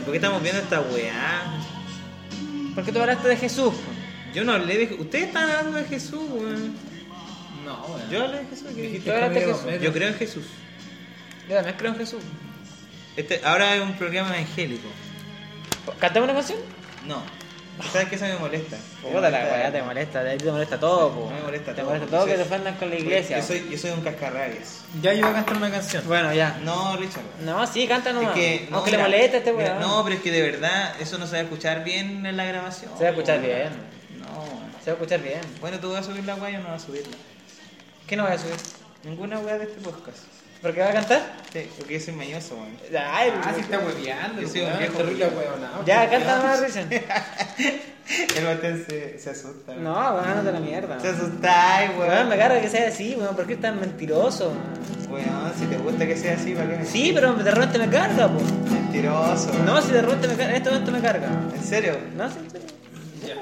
[SPEAKER 4] ¿Por qué estamos viendo esta weá?
[SPEAKER 1] ¿Por qué tú hablaste de Jesús?
[SPEAKER 4] Yo no hablé de Jesús. Ustedes están hablando de Jesús, weón.
[SPEAKER 3] No, weón.
[SPEAKER 4] Yo hablé de Jesús. ¿qué
[SPEAKER 3] Dijiste
[SPEAKER 1] Yo
[SPEAKER 4] dije?
[SPEAKER 1] hablaste
[SPEAKER 3] que
[SPEAKER 1] de
[SPEAKER 3] era
[SPEAKER 1] Jesús.
[SPEAKER 3] Homero.
[SPEAKER 4] Yo creo en Jesús.
[SPEAKER 1] Yo también creo en Jesús.
[SPEAKER 4] Este, ahora es un programa evangélico.
[SPEAKER 1] ¿Cantamos una canción?
[SPEAKER 4] No. ¿Sabes qué? Eso me molesta. Me
[SPEAKER 1] Puta la
[SPEAKER 4] molesta.
[SPEAKER 1] weá, te molesta, a ti te molesta todo, po.
[SPEAKER 4] No me molesta
[SPEAKER 1] Te
[SPEAKER 4] todo,
[SPEAKER 1] molesta
[SPEAKER 4] porque
[SPEAKER 1] todo
[SPEAKER 4] soy-
[SPEAKER 1] que te ofendan con la
[SPEAKER 4] Yo-
[SPEAKER 1] iglesia.
[SPEAKER 4] Yo soy, yo soy un cascarrabias.
[SPEAKER 3] Ya iba a cantar una canción.
[SPEAKER 1] Bueno, ya.
[SPEAKER 4] No, Richard.
[SPEAKER 1] No, sí, canta
[SPEAKER 4] Es
[SPEAKER 1] nomás.
[SPEAKER 4] que, no,
[SPEAKER 1] Aunque
[SPEAKER 4] mira,
[SPEAKER 1] Ah, le moleste a este
[SPEAKER 4] mira,
[SPEAKER 1] weón.
[SPEAKER 4] No, pero es que de verdad eso no se va a escuchar bien en la grabación.
[SPEAKER 1] Se va a escuchar
[SPEAKER 4] weón.
[SPEAKER 1] bien.
[SPEAKER 4] No.
[SPEAKER 1] Se va a escuchar bien.
[SPEAKER 4] Bueno, tú vas a subir la weá, yo no voy a subirla.
[SPEAKER 1] ¿Qué no vas a subir?
[SPEAKER 4] Ninguna weá de este podcast.
[SPEAKER 1] ¿Por qué va a cantar?
[SPEAKER 4] Sí, porque yo soy mañoso, weón.
[SPEAKER 1] Ay,
[SPEAKER 3] Ah, sí, está hueveando.
[SPEAKER 4] Yo soy un
[SPEAKER 3] weón,
[SPEAKER 4] viejo
[SPEAKER 3] terrible
[SPEAKER 4] culiao.
[SPEAKER 3] hueonao.
[SPEAKER 1] ya, canta más, Risen.
[SPEAKER 4] El Bastián se, se asusta. weón.
[SPEAKER 1] No, weón, de la mierda.
[SPEAKER 4] Se asusta, ay,
[SPEAKER 1] Weón,
[SPEAKER 4] weón.
[SPEAKER 1] me carga que sea así, weón, porque es tan mentiroso.
[SPEAKER 4] Weón, si te gusta que sea así, ¿para qué me
[SPEAKER 1] Sí, pero de repente me carga, po.
[SPEAKER 4] Mentiroso. weón.
[SPEAKER 1] No, si de repente me carga, en este momento me carga.
[SPEAKER 4] ¿En serio?
[SPEAKER 1] No, sí, sí,
[SPEAKER 3] Ya,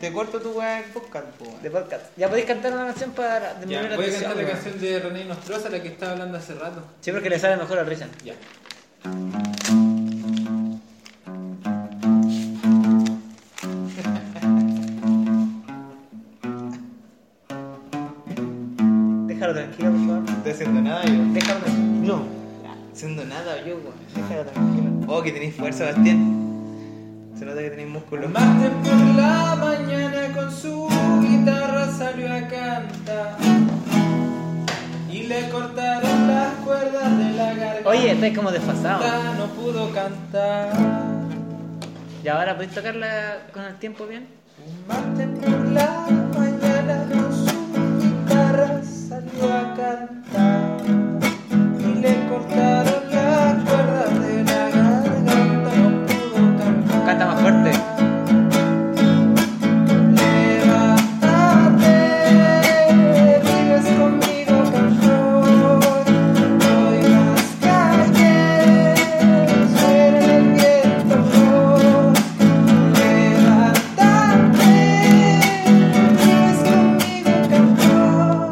[SPEAKER 4] Te corto tu weón el podcast, po, weón.
[SPEAKER 1] de podcast. Ya podéis cantar una canción para disminuir
[SPEAKER 3] ya.
[SPEAKER 1] la
[SPEAKER 3] Voy a
[SPEAKER 1] tensión,
[SPEAKER 3] cantar la
[SPEAKER 1] weón.
[SPEAKER 3] canción de René Nostroza, la que estaba hablando hace rato.
[SPEAKER 1] Sí, porque le sale mejor al Richard.
[SPEAKER 3] Ya.
[SPEAKER 1] Déjalo tranquilo, por favor.
[SPEAKER 4] No estoy haciendo nada yo.
[SPEAKER 1] Déjalo tranquilo.
[SPEAKER 4] No. Haciendo nada yo, weón.
[SPEAKER 1] Déjalo tranquilo.
[SPEAKER 4] Oh, que tenéis fuerza, Bastián. Se nota que tenéis músculo.
[SPEAKER 3] Los martes por la mañana con su guitarra salió a cantar y le cortaron las cuerdas de la garganta.
[SPEAKER 1] Oye, estáis como desfasados.
[SPEAKER 3] no pudo cantar.
[SPEAKER 1] ¿Y ahora podéis tocarla con el tiempo bien?
[SPEAKER 3] Un martes por la mañana con su guitarra salió a cantar y le cortaron las cuerdas de la garganta. No pudo cantar.
[SPEAKER 1] Canta más fuerte.
[SPEAKER 3] Levántate, vives conmigo cantor, hoy las calles suenan el viento. Levántate, vives conmigo cantor,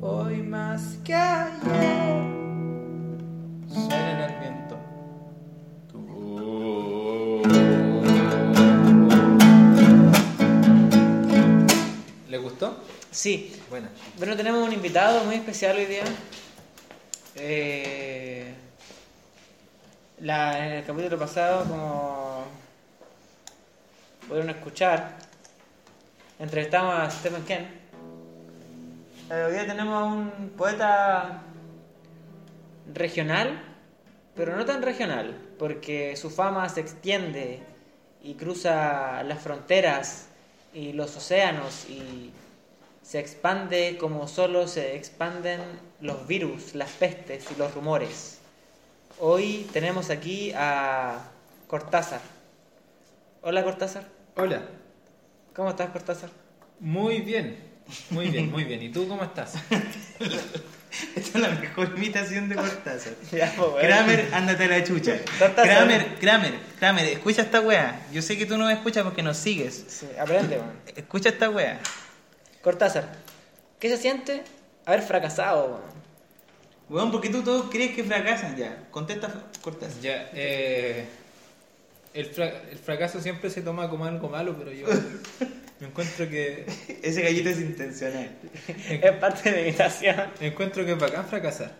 [SPEAKER 3] hoy más que ayer suenan el viento. ¿Le gustó?
[SPEAKER 1] Sí.
[SPEAKER 3] Bueno.
[SPEAKER 1] Bueno, tenemos un invitado muy especial hoy día. Eh, la- en el capítulo pasado, como pudieron escuchar, entrevistamos a Stephen Ken. Eh, hoy día tenemos a un poeta regional, pero no tan regional, porque su fama se extiende y cruza las fronteras y los océanos y se expande como solo se expanden los virus, las pestes y los rumores. Hoy tenemos aquí a Cortázar. Hola Cortázar,
[SPEAKER 3] Hola.
[SPEAKER 1] ¿cómo estás Cortázar?
[SPEAKER 3] Muy bien, muy bien, muy bien. ¿Y tú cómo estás?
[SPEAKER 4] Esta es la mejor imitación de Cortázar.
[SPEAKER 1] Ya, po, weón.
[SPEAKER 4] Kramer, ándate a la chucha.
[SPEAKER 1] Cortázar.
[SPEAKER 4] Kramer, Kramer, Kramer, escucha esta wea. Yo sé que tú no me escuchas porque nos sigues.
[SPEAKER 1] Sí, aprende, weón.
[SPEAKER 4] Escucha esta wea.
[SPEAKER 1] Cortázar, ¿qué se siente haber fracasado? weón?
[SPEAKER 4] Weón, ¿por qué tú todos crees que fracasan ya? Contesta, Cortázar.
[SPEAKER 3] Ya, eh, el, fra- el fracaso siempre se toma como algo malo, pero yo me encuentro que
[SPEAKER 4] Ese gallito es intencional.
[SPEAKER 1] Es parte de mi imitación.
[SPEAKER 3] me encuentro que es bacán fracasar.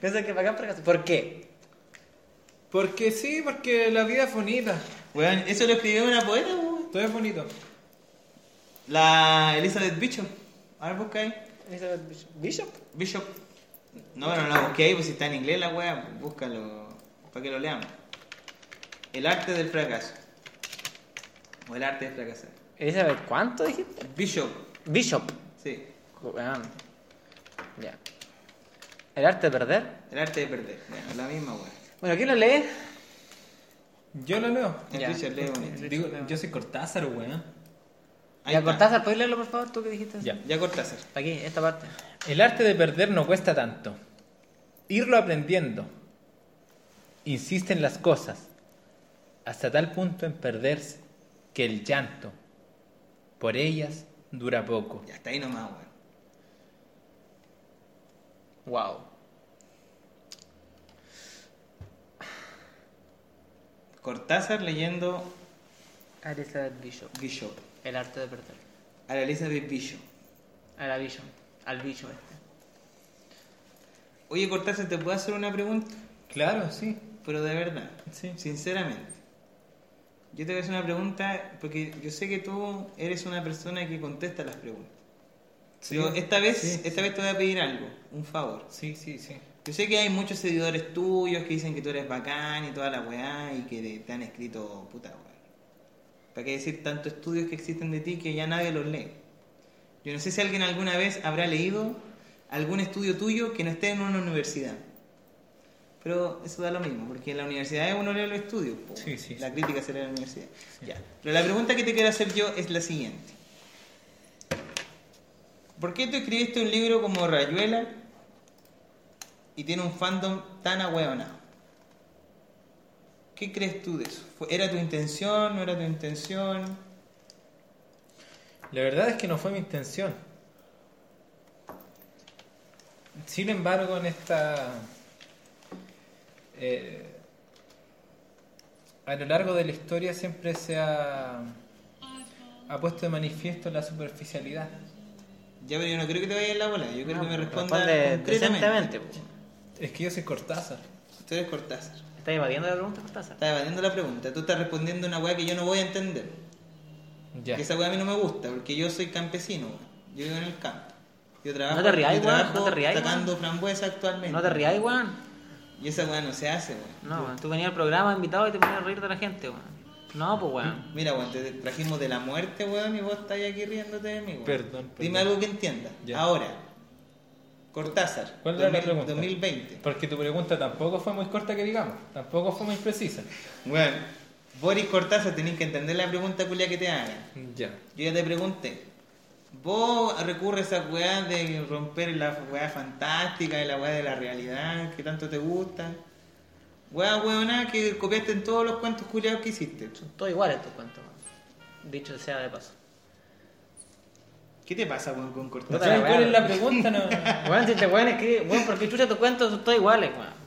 [SPEAKER 1] Piensa que bacán fracasar. ¿Por qué?
[SPEAKER 3] Porque sí, porque la vida es bonita,
[SPEAKER 4] Weón, eso lo escribió una poeta, weón.
[SPEAKER 3] todo es bonito.
[SPEAKER 4] La Elizabeth Bishop. A ver, busca ahí.
[SPEAKER 1] Elizabeth Bishop- Bishop.
[SPEAKER 4] Bishop. No, no la busqué ahí, pues si está en inglés la wea, búscalo para que lo leamos. El arte del fracaso. O el arte de fracasar.
[SPEAKER 1] Elizabeth, ¿cuánto dijiste?
[SPEAKER 4] Bishop,
[SPEAKER 1] Bishop.
[SPEAKER 4] sí.
[SPEAKER 1] Weón. Ya. ¿El arte de perder?
[SPEAKER 4] El arte de perder. Bueno, la misma wea.
[SPEAKER 1] Bueno, ¿quién lo lee?
[SPEAKER 3] Yo lo leo.
[SPEAKER 4] El
[SPEAKER 1] Ya.
[SPEAKER 4] Richard lee bonito.
[SPEAKER 3] Digo, yo soy Cortázar, weón.
[SPEAKER 4] Ahí
[SPEAKER 1] ya,
[SPEAKER 4] está.
[SPEAKER 1] Cortázar, ¿puedes leerlo, por favor? ¿Tú qué dijiste?
[SPEAKER 3] Ya.
[SPEAKER 4] Ya Cortázar.
[SPEAKER 1] Aquí, esta parte.
[SPEAKER 3] El arte de perder no cuesta tanto. Irlo aprendiendo. Insisten las cosas. Hasta tal punto en perderse que el llanto por ellas dura poco.
[SPEAKER 4] Ya está ahí nomás, weón.
[SPEAKER 1] Wow.
[SPEAKER 4] Cortázar leyendo
[SPEAKER 1] Elizabeth Bishop.
[SPEAKER 4] Bishop.
[SPEAKER 1] El arte de perder.
[SPEAKER 4] A la Elizabeth Bishop.
[SPEAKER 1] A la Bishop. Al Bishop este.
[SPEAKER 4] Oye, Cortázar, ¿te puedo hacer una pregunta?
[SPEAKER 3] Claro, sí.
[SPEAKER 4] Pero de verdad,
[SPEAKER 3] Sí.
[SPEAKER 4] sinceramente. Yo te voy a hacer una pregunta porque yo sé que tú eres una persona que contesta las preguntas. Pero esta vez,
[SPEAKER 3] Sí,
[SPEAKER 4] esta vez te voy a pedir algo, un favor.
[SPEAKER 3] sí, sí. sí.
[SPEAKER 4] Yo sé que hay muchos seguidores tuyos que dicen que tú eres bacán y toda la weá y que te- te han escrito puta weá. ¿Para qué decir tantos estudios que existen de ti que ya nadie los lee? Yo no sé si alguien alguna vez habrá leído algún estudio tuyo que no esté en una universidad. Pero eso da lo mismo, porque en la universidad uno lee los estudios. po.
[SPEAKER 3] Sí, sí,
[SPEAKER 4] La crítica se lee en la universidad. Ya. Pero la pregunta que te quiero hacer yo es la siguiente. ¿Por qué tú escribiste un libro como Rayuela y tiene un fandom tan ahueonado? ¿Qué crees tú de eso? ¿Fue- ¿Era tu intención? ¿No era tu intención?
[SPEAKER 3] La verdad es que no fue mi intención. Sin embargo, en esta. eh, a lo largo de la historia siempre se ha, ha puesto de manifiesto la superficialidad.
[SPEAKER 4] Ya, pero yo no creo que te vayas en la bola. Yo creo que me respondas
[SPEAKER 1] pues, Responde
[SPEAKER 4] concretamente.
[SPEAKER 1] decentemente. po.
[SPEAKER 3] Es que yo soy Cortázar.
[SPEAKER 4] Tú eres Cortázar.
[SPEAKER 1] ¿Estás evadiendo la pregunta, Cortázar?
[SPEAKER 4] Estás evadiendo la pregunta. Tú estás respondiendo una weá que yo no voy a entender.
[SPEAKER 3] Ya.
[SPEAKER 4] Que esa weá a mí no me gusta, porque yo soy campesino, weón. Yo vivo en el campo. Yo trabajo,
[SPEAKER 1] No te rías,
[SPEAKER 4] yo
[SPEAKER 1] weón,
[SPEAKER 4] trabajo
[SPEAKER 1] no te rías,
[SPEAKER 4] sacando frambuesa actualmente.
[SPEAKER 1] No te rías, weón.
[SPEAKER 4] Y esa weá no se hace, weón.
[SPEAKER 1] No, weón. Tú venías al programa invitado y te ponías a reír de la gente, weón. No, pues, weón.
[SPEAKER 4] Mira, weón, te trajimos de la muerte, weón, y vos estás aquí riéndote de mí, weón.
[SPEAKER 3] Perdón,
[SPEAKER 4] Dime
[SPEAKER 3] perdón.
[SPEAKER 4] algo que entienda.
[SPEAKER 3] Ya.
[SPEAKER 4] Ahora, Cortázar,
[SPEAKER 3] ¿Cuál era la
[SPEAKER 4] 2000-
[SPEAKER 3] pregunta?
[SPEAKER 4] 2020.
[SPEAKER 3] Porque tu pregunta tampoco fue muy corta, que digamos. Tampoco fue muy precisa.
[SPEAKER 4] Bueno, Boris Cortázar, tenés que entender la pregunta culia que te hagan.
[SPEAKER 3] Ya.
[SPEAKER 4] Yo ya te pregunté. ¿Vos recurres a weá de romper la weá fantástica y la weá de la realidad que tanto te gusta? Weá weona que copiaste en todos los cuentos culiados que hiciste.
[SPEAKER 1] Todo igual estos cuentos, weón. Dicho sea de paso.
[SPEAKER 4] ¿Qué te pasa weón, con
[SPEAKER 3] ¿No
[SPEAKER 1] Puta la
[SPEAKER 4] Cortázar?
[SPEAKER 3] sabes
[SPEAKER 1] weá.
[SPEAKER 3] cuál es la pregunta? No.
[SPEAKER 1] Weón, si te weón escribir, weón, porque chucha tus cuentos son todos iguales, weón.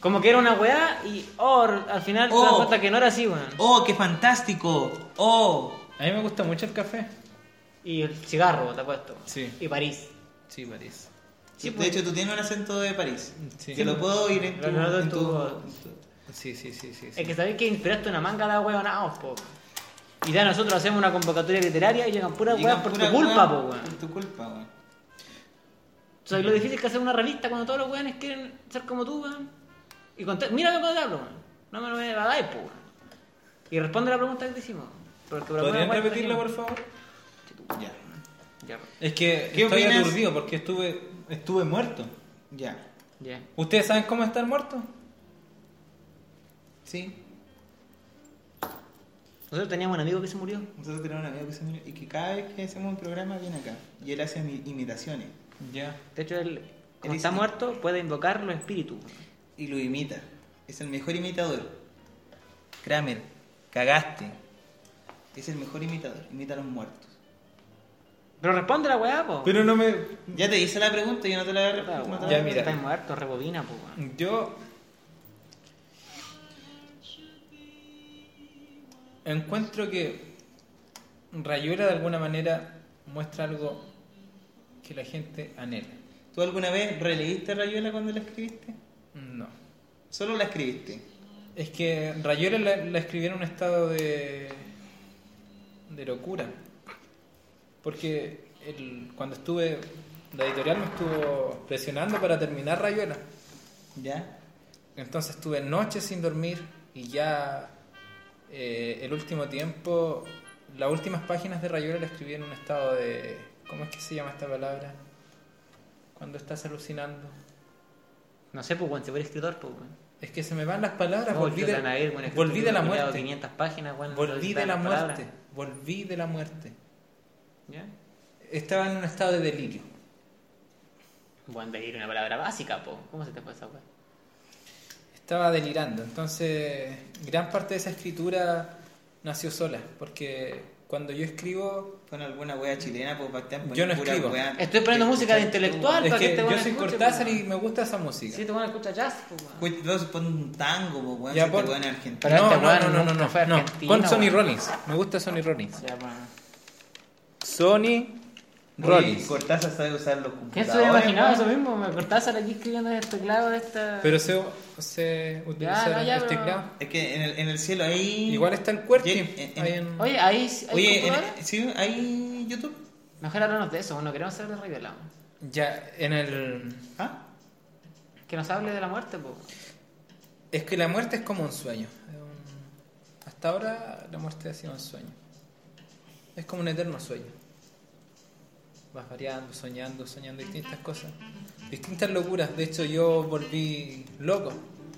[SPEAKER 1] Como que era una weá y, oh, al final te das
[SPEAKER 4] Oh.
[SPEAKER 1] cuenta que no era así, weón.
[SPEAKER 4] ¡Oh, qué fantástico! ¡Oh!
[SPEAKER 3] A mí me gusta mucho el café.
[SPEAKER 1] Y el cigarro, te apuesto.
[SPEAKER 3] Sí.
[SPEAKER 1] Y París.
[SPEAKER 3] Sí, parece.
[SPEAKER 1] Sí,
[SPEAKER 4] de
[SPEAKER 1] pues.
[SPEAKER 4] hecho, tú tienes un acento de París.
[SPEAKER 3] Sí.
[SPEAKER 4] Te lo puedo ir en tu...
[SPEAKER 1] Lo noto en
[SPEAKER 4] en tu-
[SPEAKER 1] tu-
[SPEAKER 4] en tu-
[SPEAKER 3] Sí, sí, sí, sí. sí.
[SPEAKER 1] Es que sabéis que inspiraste una manga de huevonados, po. Y ya nosotros hacemos una convocatoria literaria y llegan puras
[SPEAKER 4] Digan
[SPEAKER 1] huevas por
[SPEAKER 4] pura
[SPEAKER 1] tu culpa,
[SPEAKER 4] weá
[SPEAKER 1] po, weón.
[SPEAKER 4] Por tu culpa, weón.
[SPEAKER 1] ¿Sabes lo difícil que hacer una revista cuando todos los weones quieren ser como tú, weón? Y conté, mira lo que te hablo, weón. No me lo me la dais, po, weón. Y responde la pregunta que te hicimos. Porque por
[SPEAKER 3] ¿Podrían
[SPEAKER 1] alguna weá
[SPEAKER 3] repetirlo, por
[SPEAKER 1] teníamos-
[SPEAKER 3] favor?
[SPEAKER 4] Ya,
[SPEAKER 1] Ya,
[SPEAKER 3] Es que
[SPEAKER 4] ¿Qué
[SPEAKER 3] estoy
[SPEAKER 4] opinas?
[SPEAKER 3] aturdido porque estuve, estuve muerto.
[SPEAKER 4] ya.
[SPEAKER 1] ya.
[SPEAKER 3] ¿Ustedes saben cómo estar muerto?
[SPEAKER 4] Sí.
[SPEAKER 1] Nosotros teníamos un amigo que se murió.
[SPEAKER 4] Nosotros tenemos un amigo que se murió y que cada vez que hacemos un programa viene acá y él hace mi- imitaciones
[SPEAKER 3] Ya.
[SPEAKER 1] De hecho, él, como
[SPEAKER 4] Él
[SPEAKER 1] está
[SPEAKER 4] hizo-
[SPEAKER 1] muerto, puede invocar los espíritus.
[SPEAKER 4] y lo imita. Es el mejor imitador. Kramer, cagaste. Es el mejor imitador, imita a los muertos.
[SPEAKER 1] Pero responde la weá, po.
[SPEAKER 3] Pero no me...
[SPEAKER 4] Ya te hice la pregunta, yo no te la voy a
[SPEAKER 1] Puta,
[SPEAKER 4] re- no te
[SPEAKER 1] weón,
[SPEAKER 4] la
[SPEAKER 3] Ya,
[SPEAKER 4] voy
[SPEAKER 3] mira.
[SPEAKER 1] Estás muerto, rebobina, po, weón.
[SPEAKER 3] Yo... Encuentro que Rayuela de alguna manera muestra algo que la gente anhela.
[SPEAKER 4] a- ¿Tú alguna vez releíste a Rayuela cuando la escribiste?
[SPEAKER 3] No.
[SPEAKER 4] Solo la escribiste.
[SPEAKER 3] Es que Rayuela la, la escribió en un estado de. de locura. Porque el- cuando estuve. la editorial me estuvo presionando para terminar Rayuela.
[SPEAKER 4] ¿Ya?
[SPEAKER 3] Entonces estuve noches sin dormir y ya. eh, el último tiempo. las últimas páginas de Rayuela la escribí en un estado de. ¿Cómo es que se llama esta palabra? Cuando estás alucinando.
[SPEAKER 1] No sé, pues, weón, se fue el escritor, pues, weón.
[SPEAKER 3] Es que se me van las palabras,
[SPEAKER 1] No,
[SPEAKER 3] volví,
[SPEAKER 1] chuta,
[SPEAKER 3] de,
[SPEAKER 1] Nair, weón, escritor,
[SPEAKER 3] volví de la
[SPEAKER 1] culiao,
[SPEAKER 3] muerte.
[SPEAKER 1] 500 páginas, weón, no
[SPEAKER 3] Volví
[SPEAKER 1] necesitan
[SPEAKER 3] de la
[SPEAKER 1] las
[SPEAKER 3] muerte,
[SPEAKER 1] palabras.
[SPEAKER 3] volví de la muerte.
[SPEAKER 1] ¿Ya?
[SPEAKER 3] Estaba en un estado de delirio.
[SPEAKER 1] Buen delirio, una palabra básica, po. ¿Cómo se te fue esa weá?
[SPEAKER 3] Estaba delirando. Entonces, gran parte de esa escritura nació sola, porque cuando yo escribo,
[SPEAKER 4] Con alguna wea chilena, pues Bastián
[SPEAKER 3] Yo no
[SPEAKER 4] pura
[SPEAKER 3] escribo.
[SPEAKER 4] wea.
[SPEAKER 1] Estoy poniendo
[SPEAKER 4] Que
[SPEAKER 1] música de
[SPEAKER 4] escuchas tú.
[SPEAKER 1] intelectual. Ah,
[SPEAKER 3] es
[SPEAKER 1] para que
[SPEAKER 3] que
[SPEAKER 1] te
[SPEAKER 3] yo
[SPEAKER 1] van a
[SPEAKER 3] soy
[SPEAKER 1] escuchar,
[SPEAKER 3] Cortázar
[SPEAKER 1] weón. pues,
[SPEAKER 3] y me gusta esa música.
[SPEAKER 1] Sí, te van a escuchar jazz, po, weón.
[SPEAKER 4] Escucha, Vos pon un tango, pues weón,
[SPEAKER 3] Ya,
[SPEAKER 4] si
[SPEAKER 3] pon-
[SPEAKER 4] este weón es argentino.
[SPEAKER 1] Pero
[SPEAKER 3] no,
[SPEAKER 1] este
[SPEAKER 3] no,
[SPEAKER 1] weón
[SPEAKER 3] no, no, no,
[SPEAKER 1] nunca
[SPEAKER 3] no,
[SPEAKER 1] fue
[SPEAKER 3] no.
[SPEAKER 1] argentino,
[SPEAKER 3] Pon Sonny
[SPEAKER 1] weón.
[SPEAKER 3] Rollins. Me gusta Sonny Rollins.
[SPEAKER 1] Ya, weón.
[SPEAKER 3] Sonny
[SPEAKER 4] Oye,
[SPEAKER 3] Rollins.
[SPEAKER 4] Cortázar sabe usar los
[SPEAKER 1] ¿Quién
[SPEAKER 4] computadores.
[SPEAKER 1] se hubiera imaginado
[SPEAKER 4] weón.
[SPEAKER 1] eso mismo? Me Cortázar aquí escribiendo en este clavo de esta...
[SPEAKER 3] Pero se, se utiliza
[SPEAKER 1] no, ya,
[SPEAKER 3] el
[SPEAKER 1] pero-
[SPEAKER 3] teclado.
[SPEAKER 4] Es que en el, en el cielo ahí.
[SPEAKER 3] Igual está el cuerpo.
[SPEAKER 4] Oye, en- en-
[SPEAKER 1] Oye, ahí... ¿hay
[SPEAKER 4] Oye,
[SPEAKER 1] computadora?
[SPEAKER 4] en- sí, ahí YouTube.
[SPEAKER 1] Mejor háblanos de eso, weón, no queremos ser de Rayuela, weón.
[SPEAKER 3] ya, en el...
[SPEAKER 4] ¿Ah?
[SPEAKER 1] Que nos hable de la muerte, po.
[SPEAKER 3] Es que la muerte es como un sueño. Es un- Hasta ahora la muerte ha sido un sueño. Es como un eterno sueño. vas variando, soñando, soñando distintas cosas, distintas locuras. De hecho, yo volví loco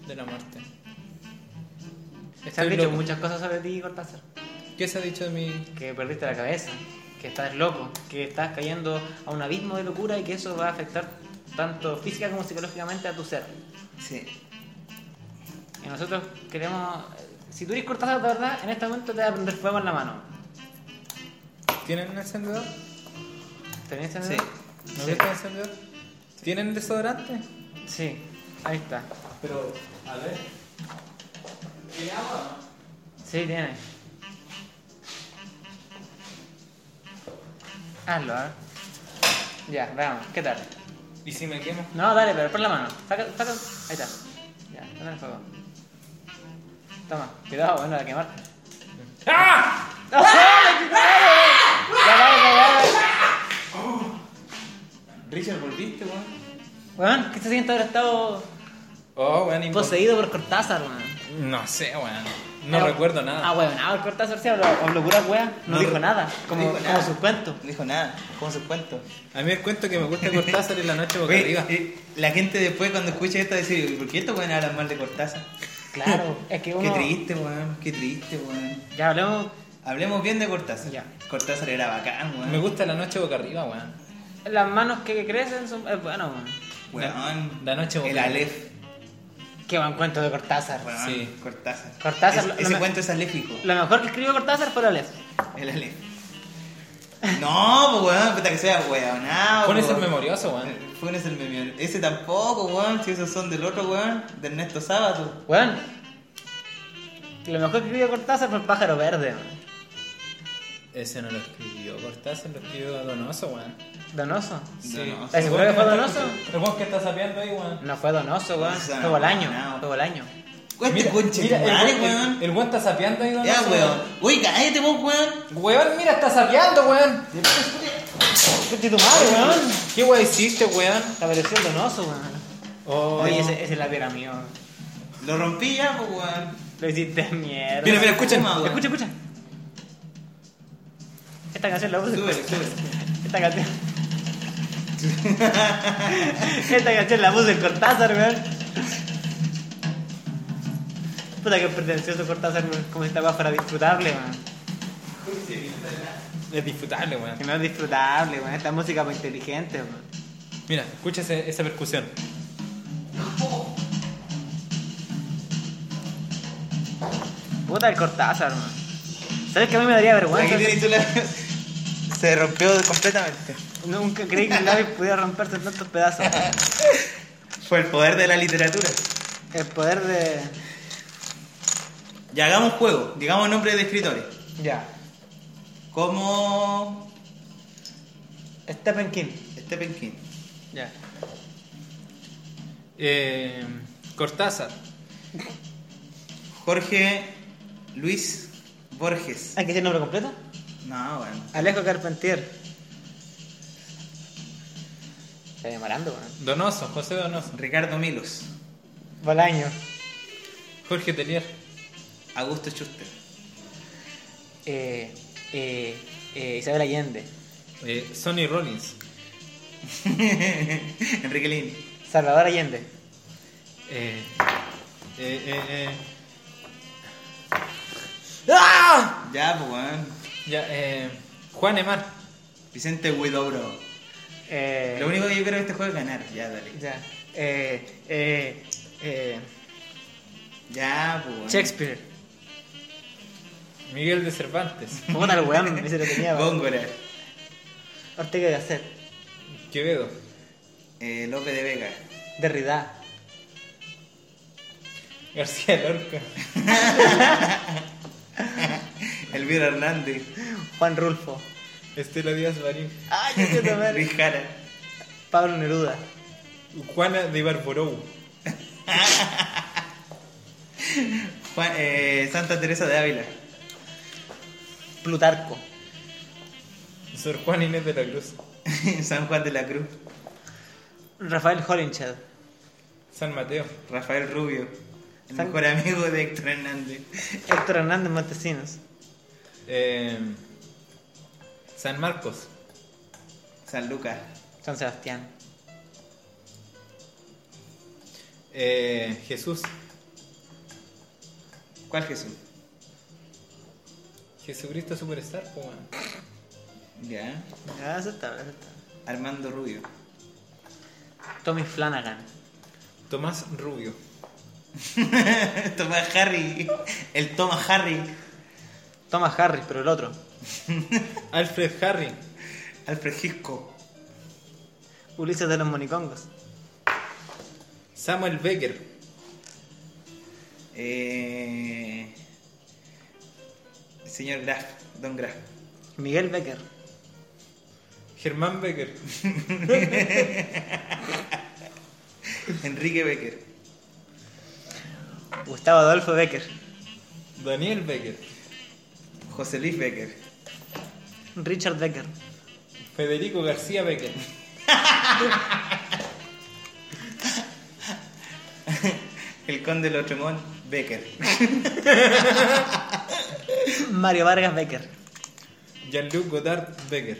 [SPEAKER 3] de la muerte.
[SPEAKER 1] Se
[SPEAKER 3] Estoy
[SPEAKER 1] han dicho
[SPEAKER 3] loco.
[SPEAKER 1] muchas cosas sobre ti, Cortázar.
[SPEAKER 3] ¿Qué se ha dicho de mí?
[SPEAKER 1] Que perdiste la cabeza, que estás loco, que estás cayendo a un abismo de locura y que eso va a afectar tanto física como psicológicamente a tu ser.
[SPEAKER 4] Sí.
[SPEAKER 1] Y nosotros queremos... eh, Si tú eres Cortázar de verdad, en este momento te va a prender fuego en la mano.
[SPEAKER 3] ¿Tienen un encendedor?
[SPEAKER 1] ¿Tenés
[SPEAKER 4] Sí.
[SPEAKER 1] encendido?
[SPEAKER 3] ¿No
[SPEAKER 4] Sí.
[SPEAKER 3] viste el encendedor? ¿Tienen desodorante?
[SPEAKER 1] Sí, ahí está.
[SPEAKER 3] Pero, a ver. ¿Tiene agua?
[SPEAKER 1] Sí, tiene. Hazlo, a ver. Ya, veamos, ¿qué tal?
[SPEAKER 3] ¿Y si me quemo?
[SPEAKER 1] No, dale, pero por la mano. Saca, saca. Ahí está. Ya, dale el fuego. Toma, cuidado, bueno, la quemarte. ¡Ah!
[SPEAKER 3] Richard, volviste, weón.
[SPEAKER 1] Weón, ¿qué se siente haber estado
[SPEAKER 3] Oh, weón, impo-
[SPEAKER 1] poseído por Cortázar, weón?
[SPEAKER 3] No sé, weón. No
[SPEAKER 1] Ah,
[SPEAKER 3] recuerdo nada.
[SPEAKER 1] Ah, weón, ah, el Cortázar sí habló, habló pura weá, no,
[SPEAKER 4] No
[SPEAKER 1] dijo
[SPEAKER 4] re-
[SPEAKER 1] nada,
[SPEAKER 4] no
[SPEAKER 1] como,
[SPEAKER 4] dijo
[SPEAKER 1] como
[SPEAKER 4] nada.
[SPEAKER 1] sus cuentos.
[SPEAKER 4] No dijo nada, como sus cuentos.
[SPEAKER 3] A mí el cuento que me gusta de Cortázar es la noche boca
[SPEAKER 4] Oye,
[SPEAKER 3] arriba.
[SPEAKER 4] eh, La gente después cuando escucha esto va a decir, ¿por qué estos pueden hablar mal de Cortázar?
[SPEAKER 1] Claro, es que
[SPEAKER 4] Qué
[SPEAKER 1] uno...
[SPEAKER 4] triste, weón, qué triste, weón.
[SPEAKER 1] Ya hablemos
[SPEAKER 4] Hablemos bien de Cortázar.
[SPEAKER 1] Ya.
[SPEAKER 4] Cortázar era bacán, weón.
[SPEAKER 3] Me gusta la noche boca arriba, weón.
[SPEAKER 1] Las manos que crecen son. Es bueno, weón.
[SPEAKER 4] Weón.
[SPEAKER 3] La noche
[SPEAKER 4] El
[SPEAKER 3] boca-
[SPEAKER 4] Aleph,
[SPEAKER 1] Qué buen cuento de Cortázar.
[SPEAKER 4] weón.
[SPEAKER 3] Sí.
[SPEAKER 4] Cortázar.
[SPEAKER 1] Cortázar,
[SPEAKER 4] Es-
[SPEAKER 1] lo- lo
[SPEAKER 4] ese
[SPEAKER 1] me-
[SPEAKER 4] cuento es aléfico.
[SPEAKER 1] Lo mejor que escribió Cortázar fue la Aleph.
[SPEAKER 4] El Aleph. No, pues weón, puta que sea weonado. pues.
[SPEAKER 3] Pones el
[SPEAKER 4] Ah, weón.
[SPEAKER 3] memorioso, weón.
[SPEAKER 4] Funes el meme. Ese tampoco, weón. Si esos son del otro, weón. De Ernesto Sábato.
[SPEAKER 1] Weón. Lo mejor que escribió Cortázar fue el pájaro verde, weón.
[SPEAKER 3] Ese no lo escribió Cortázar, lo escribió Donoso, weón.
[SPEAKER 1] Donoso.
[SPEAKER 4] Donoso.
[SPEAKER 1] ¿Estás seguro que fue Donoso?
[SPEAKER 3] El weón que está sapeando ahí, weón.
[SPEAKER 1] No fue Donoso, weón.
[SPEAKER 4] Donoso,
[SPEAKER 1] Fue Bolaño.
[SPEAKER 4] no.
[SPEAKER 1] Fue Bolaño.
[SPEAKER 4] Cuente conche, tu madre,
[SPEAKER 3] el,
[SPEAKER 4] weón.
[SPEAKER 3] el, el weón está sapeando ahí, Donoso.
[SPEAKER 4] Ya, weón. Uy, cállate vos, weón.
[SPEAKER 3] Weón, mira, está sapeando, weón.
[SPEAKER 1] ¡Qué tu madre, weón!
[SPEAKER 3] ¿Qué weón hiciste, weón?
[SPEAKER 1] Te apareció el Donoso, weón.
[SPEAKER 3] Oh,
[SPEAKER 1] Oye, ese, ese lápiz era mío. weón.
[SPEAKER 4] Lo rompí ya, pues, weón.
[SPEAKER 1] Lo hiciste mierda.
[SPEAKER 4] Mira, mira, escuchen.
[SPEAKER 1] Escucha, escucha. Esta canción la puse.
[SPEAKER 4] Sube, sube.
[SPEAKER 1] Esta canción. Esta canción la puso el Cortázar, weón. Puta que pretencioso Cortázar, weón. Como si esta weá fuera disfrutable, weón.
[SPEAKER 3] Es disfrutable, weón.
[SPEAKER 1] Que no es disfrutable, weón. Esta música fue inteligente, weón.
[SPEAKER 3] Mira, escucha ese- esa percusión.
[SPEAKER 1] Puta el Cortázar, weón. ¿Sabes que a mí me daría
[SPEAKER 4] Aquí
[SPEAKER 1] vergüenza?
[SPEAKER 4] tenés tú la... Se rompió completamente.
[SPEAKER 1] Nunca creí que el lápiz pudiera romperse en tantos pedazos.
[SPEAKER 4] Fue el poder de la literatura.
[SPEAKER 1] El poder de.
[SPEAKER 4] Y hagamos juego. Digamos nombres de escritores.
[SPEAKER 1] Ya.
[SPEAKER 4] Como...
[SPEAKER 1] Stephen King.
[SPEAKER 4] Stephen King.
[SPEAKER 1] Ya.
[SPEAKER 3] Eh, Cortázar.
[SPEAKER 4] Jorge Luis Borges.
[SPEAKER 1] ¿Hay que decir el nombre completo?
[SPEAKER 4] No, weón.
[SPEAKER 1] Alejo Carpentier. Está demorando, weón.
[SPEAKER 3] Donoso, José Donoso.
[SPEAKER 4] Ricardo Milos.
[SPEAKER 1] Bolaño.
[SPEAKER 3] Jorge Telier.
[SPEAKER 4] Augusto Schuster.
[SPEAKER 1] Eh, eh, eh, Isabel Allende.
[SPEAKER 3] Eh, Sonny Rollins.
[SPEAKER 4] Enrique Lin.
[SPEAKER 1] Salvador Allende.
[SPEAKER 3] Eh, eh, eh, eh.
[SPEAKER 1] ¡Ah!
[SPEAKER 4] Ya, pues, weón.
[SPEAKER 3] Ya, eh, Juan Emar.
[SPEAKER 4] Vicente Huidobro.
[SPEAKER 1] Eh,
[SPEAKER 4] Lo único que yo creo que este juego es ganar. Ya, dale.
[SPEAKER 1] Ya. Eh, eh, eh,
[SPEAKER 4] Ya, pues, weón.
[SPEAKER 1] Shakespeare.
[SPEAKER 3] Miguel de Cervantes.
[SPEAKER 1] Puta el weón, ese lo tenía. weón.
[SPEAKER 4] Góngora.
[SPEAKER 1] Ortega Gasset.
[SPEAKER 3] Quevedo.
[SPEAKER 4] Eh, López de Vega.
[SPEAKER 1] Derrida.
[SPEAKER 3] García Lorca.
[SPEAKER 4] Elvira Hernández.
[SPEAKER 1] Juan Rulfo.
[SPEAKER 3] Estela Díaz Barín.
[SPEAKER 1] Ay, qué
[SPEAKER 4] Luis Jara.
[SPEAKER 1] Pablo Neruda.
[SPEAKER 3] Juana de Barborou.
[SPEAKER 4] Juan- eh, Santa Teresa de Ávila.
[SPEAKER 1] Plutarco.
[SPEAKER 3] Sor Juan Inés de la Cruz.
[SPEAKER 4] San Juan de la Cruz.
[SPEAKER 1] Rafael Holinshed.
[SPEAKER 3] San Mateo.
[SPEAKER 4] Rafael Rubio. El
[SPEAKER 1] San-
[SPEAKER 4] mejor amigo de Héctor Hernández.
[SPEAKER 1] Héctor Hernández
[SPEAKER 3] em,
[SPEAKER 1] Montesinos.
[SPEAKER 3] Eh, San Marcos.
[SPEAKER 4] San Lucas.
[SPEAKER 1] San Sebastián.
[SPEAKER 3] Eh, Jesús.
[SPEAKER 4] ¿Cuál Jesús?
[SPEAKER 3] Jesucristo Superstar, po, weón.
[SPEAKER 4] Ya.
[SPEAKER 1] Ya, aceptable, aceptable.
[SPEAKER 4] Armando Rubio.
[SPEAKER 1] Tommy Flanagan.
[SPEAKER 3] Tomás Rubio.
[SPEAKER 4] Tomás Harry. El Thomas Harry.
[SPEAKER 1] Thomas Harris, pero el otro.
[SPEAKER 3] Alfred Harry.
[SPEAKER 4] Alfred Hitchcock.
[SPEAKER 1] Ulises de los Monicongos.
[SPEAKER 3] Samuel Becker.
[SPEAKER 4] Eh... Señor Graf. Don Graf.
[SPEAKER 1] Miguel Becker.
[SPEAKER 3] Germán Becker.
[SPEAKER 4] Enrique Becker.
[SPEAKER 1] Gustavo Adolfo Becker.
[SPEAKER 3] Daniel Becker.
[SPEAKER 4] José Luis Becker.
[SPEAKER 1] Richard Becker.
[SPEAKER 3] Federico García Becker.
[SPEAKER 4] El Conde Lotremont Becker.
[SPEAKER 1] Mario Vargas Becker.
[SPEAKER 3] Jean-Luc Godard Becker.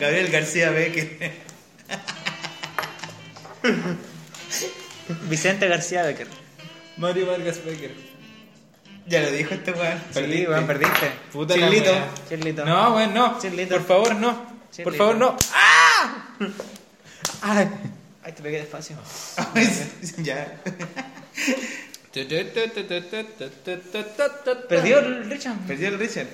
[SPEAKER 4] Gabriel García Becker.
[SPEAKER 1] Vicente García Becker.
[SPEAKER 3] Mario Vargas Becker.
[SPEAKER 4] Ya lo dijo este weón.
[SPEAKER 3] Sí,
[SPEAKER 4] Perdiste.
[SPEAKER 3] weón, perdiste. Puta la
[SPEAKER 4] Chilito.
[SPEAKER 3] wea.
[SPEAKER 1] Chirlito.
[SPEAKER 3] No, weón, no.
[SPEAKER 1] Chirlito.
[SPEAKER 3] Por favor, no. Por
[SPEAKER 1] Chirlito.
[SPEAKER 3] favor, no. ¡Ah! Ay.
[SPEAKER 1] Ay, te pegué despacio.
[SPEAKER 4] ya.
[SPEAKER 1] Perdió el Richard.
[SPEAKER 4] Perdió el Richard.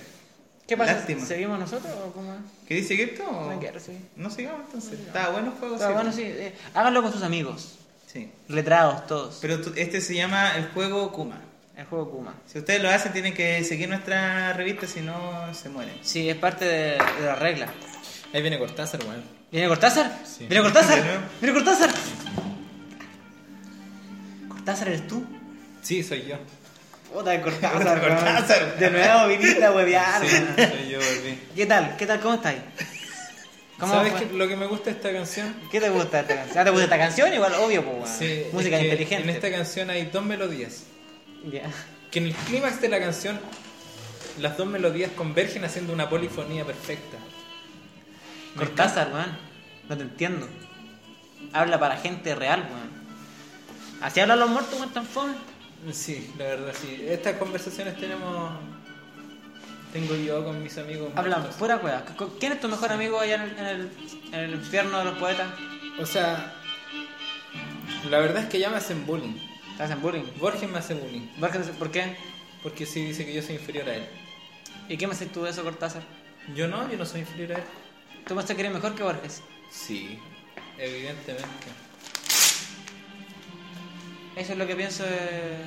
[SPEAKER 1] ¿Qué pasa?
[SPEAKER 4] Lástima.
[SPEAKER 1] ¿Seguimos nosotros o cómo es?
[SPEAKER 4] ¿Queréis seguir esto? o-
[SPEAKER 1] No quiero seguir.
[SPEAKER 4] No sigamos entonces. Está bueno el juego.
[SPEAKER 1] Está
[SPEAKER 4] sí.
[SPEAKER 1] bueno, sí. eh, háganlo con sus amigos.
[SPEAKER 4] Sí.
[SPEAKER 1] Letrados, todos.
[SPEAKER 4] Pero tú- este se llama el juego Kuma.
[SPEAKER 1] El juego Kuma.
[SPEAKER 4] Si ustedes lo hacen, tienen que seguir nuestra revista, si no se mueren.
[SPEAKER 1] Sí, es parte de, de la regla.
[SPEAKER 3] Ahí viene Cortázar, weón.
[SPEAKER 1] ¿Viene Cortázar?
[SPEAKER 3] Sí.
[SPEAKER 1] ¿Viene
[SPEAKER 4] De nuevo.
[SPEAKER 1] Cortázar? ¿Viene Cortázar? ¿Cortázar eres tú?
[SPEAKER 3] Sí, soy yo.
[SPEAKER 1] Puta,
[SPEAKER 4] Puta,
[SPEAKER 1] Cortázar.
[SPEAKER 4] Cortázar.
[SPEAKER 1] weón. De nuevo viniste a huevear.
[SPEAKER 3] Sí, soy yo, volví.
[SPEAKER 1] ¿Qué tal? ¿Qué tal? ¿Cómo estáis? ¿Cómo
[SPEAKER 3] ¿Sabes
[SPEAKER 1] fue?
[SPEAKER 3] qué- lo que me gusta de esta canción?
[SPEAKER 1] ¿Qué te gusta esta canción? Ah, ¿Te gusta esta canción? Igual, obvio, pues, weón.
[SPEAKER 3] Sí, es
[SPEAKER 1] Música
[SPEAKER 3] que
[SPEAKER 1] inteligente.
[SPEAKER 3] En esta canción hay dos melodías.
[SPEAKER 1] Ya.
[SPEAKER 3] Que en el clímax de la canción, las dos melodías convergen haciendo una polifonía perfecta. Me
[SPEAKER 1] Cortázar, weón. No te entiendo. Habla para gente real, weón. Así hablan los muertos, weón, tan fome.
[SPEAKER 3] Sí, la verdad, sí. Estas conversaciones tenemos. Tengo yo con mis amigos.
[SPEAKER 1] Hablan
[SPEAKER 3] muertos.
[SPEAKER 1] pura weá. ¿Cu- ¿Quién es tu mejor amigo allá en el, en el- en el infierno de los poetas?
[SPEAKER 3] O sea, la verdad es que ya me hacen bullying.
[SPEAKER 1] ¿Te hacen bullying?
[SPEAKER 3] Borges me hace bullying.
[SPEAKER 1] Borges, ¿Por qué?
[SPEAKER 3] Porque sí dice que yo soy inferior a él.
[SPEAKER 1] ¿Y qué me haces tú de eso, Cortázar?
[SPEAKER 3] Yo no, yo no soy inferior a él.
[SPEAKER 1] ¿Tú me estás queriendo mejor que Borges?
[SPEAKER 3] Sí. Evidentemente.
[SPEAKER 1] Eso es lo que pienso de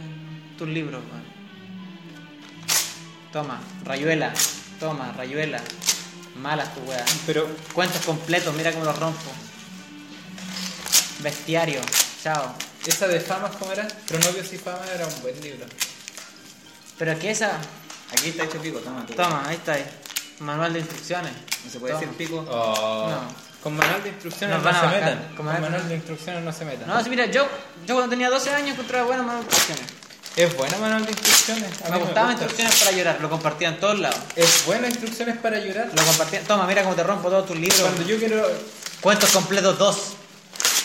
[SPEAKER 1] tus libros, weón. Toma, rayuela. Toma, rayuela. Malas tu weá.
[SPEAKER 3] Pero
[SPEAKER 1] Cuentos completos, mira cómo los rompo. Bestiario, chao.
[SPEAKER 3] esa de famas, ¿cómo era? Cronopios y famas era un buen libro.
[SPEAKER 1] Pero aquí esa.
[SPEAKER 4] Aquí está hecho pico, toma. tú.
[SPEAKER 1] Toma, ahí está. ahí. Manual de instrucciones.
[SPEAKER 4] No se puede
[SPEAKER 1] Toma.
[SPEAKER 4] decir pico.
[SPEAKER 1] No.
[SPEAKER 3] Con manual de instrucciones
[SPEAKER 1] Nos
[SPEAKER 3] no
[SPEAKER 1] van
[SPEAKER 3] se
[SPEAKER 1] a bajar.
[SPEAKER 3] metan.
[SPEAKER 1] Con
[SPEAKER 3] Con
[SPEAKER 1] manual-
[SPEAKER 3] manual de instrucciones no se metan.
[SPEAKER 1] No, sí, mira, yo, yo cuando tenía 12 años encontraba bueno manual de instrucciones.
[SPEAKER 3] Es bueno manual de instrucciones. A
[SPEAKER 1] Me
[SPEAKER 3] mí
[SPEAKER 1] gustaban
[SPEAKER 3] gusta.
[SPEAKER 1] instrucciones para llorar, lo compartía en todos lados.
[SPEAKER 3] Es bueno instrucciones para llorar.
[SPEAKER 1] Lo compartía. Toma, mira cómo te rompo todos tus libros.
[SPEAKER 3] Cuando yo quiero
[SPEAKER 1] Cuentos completos 2.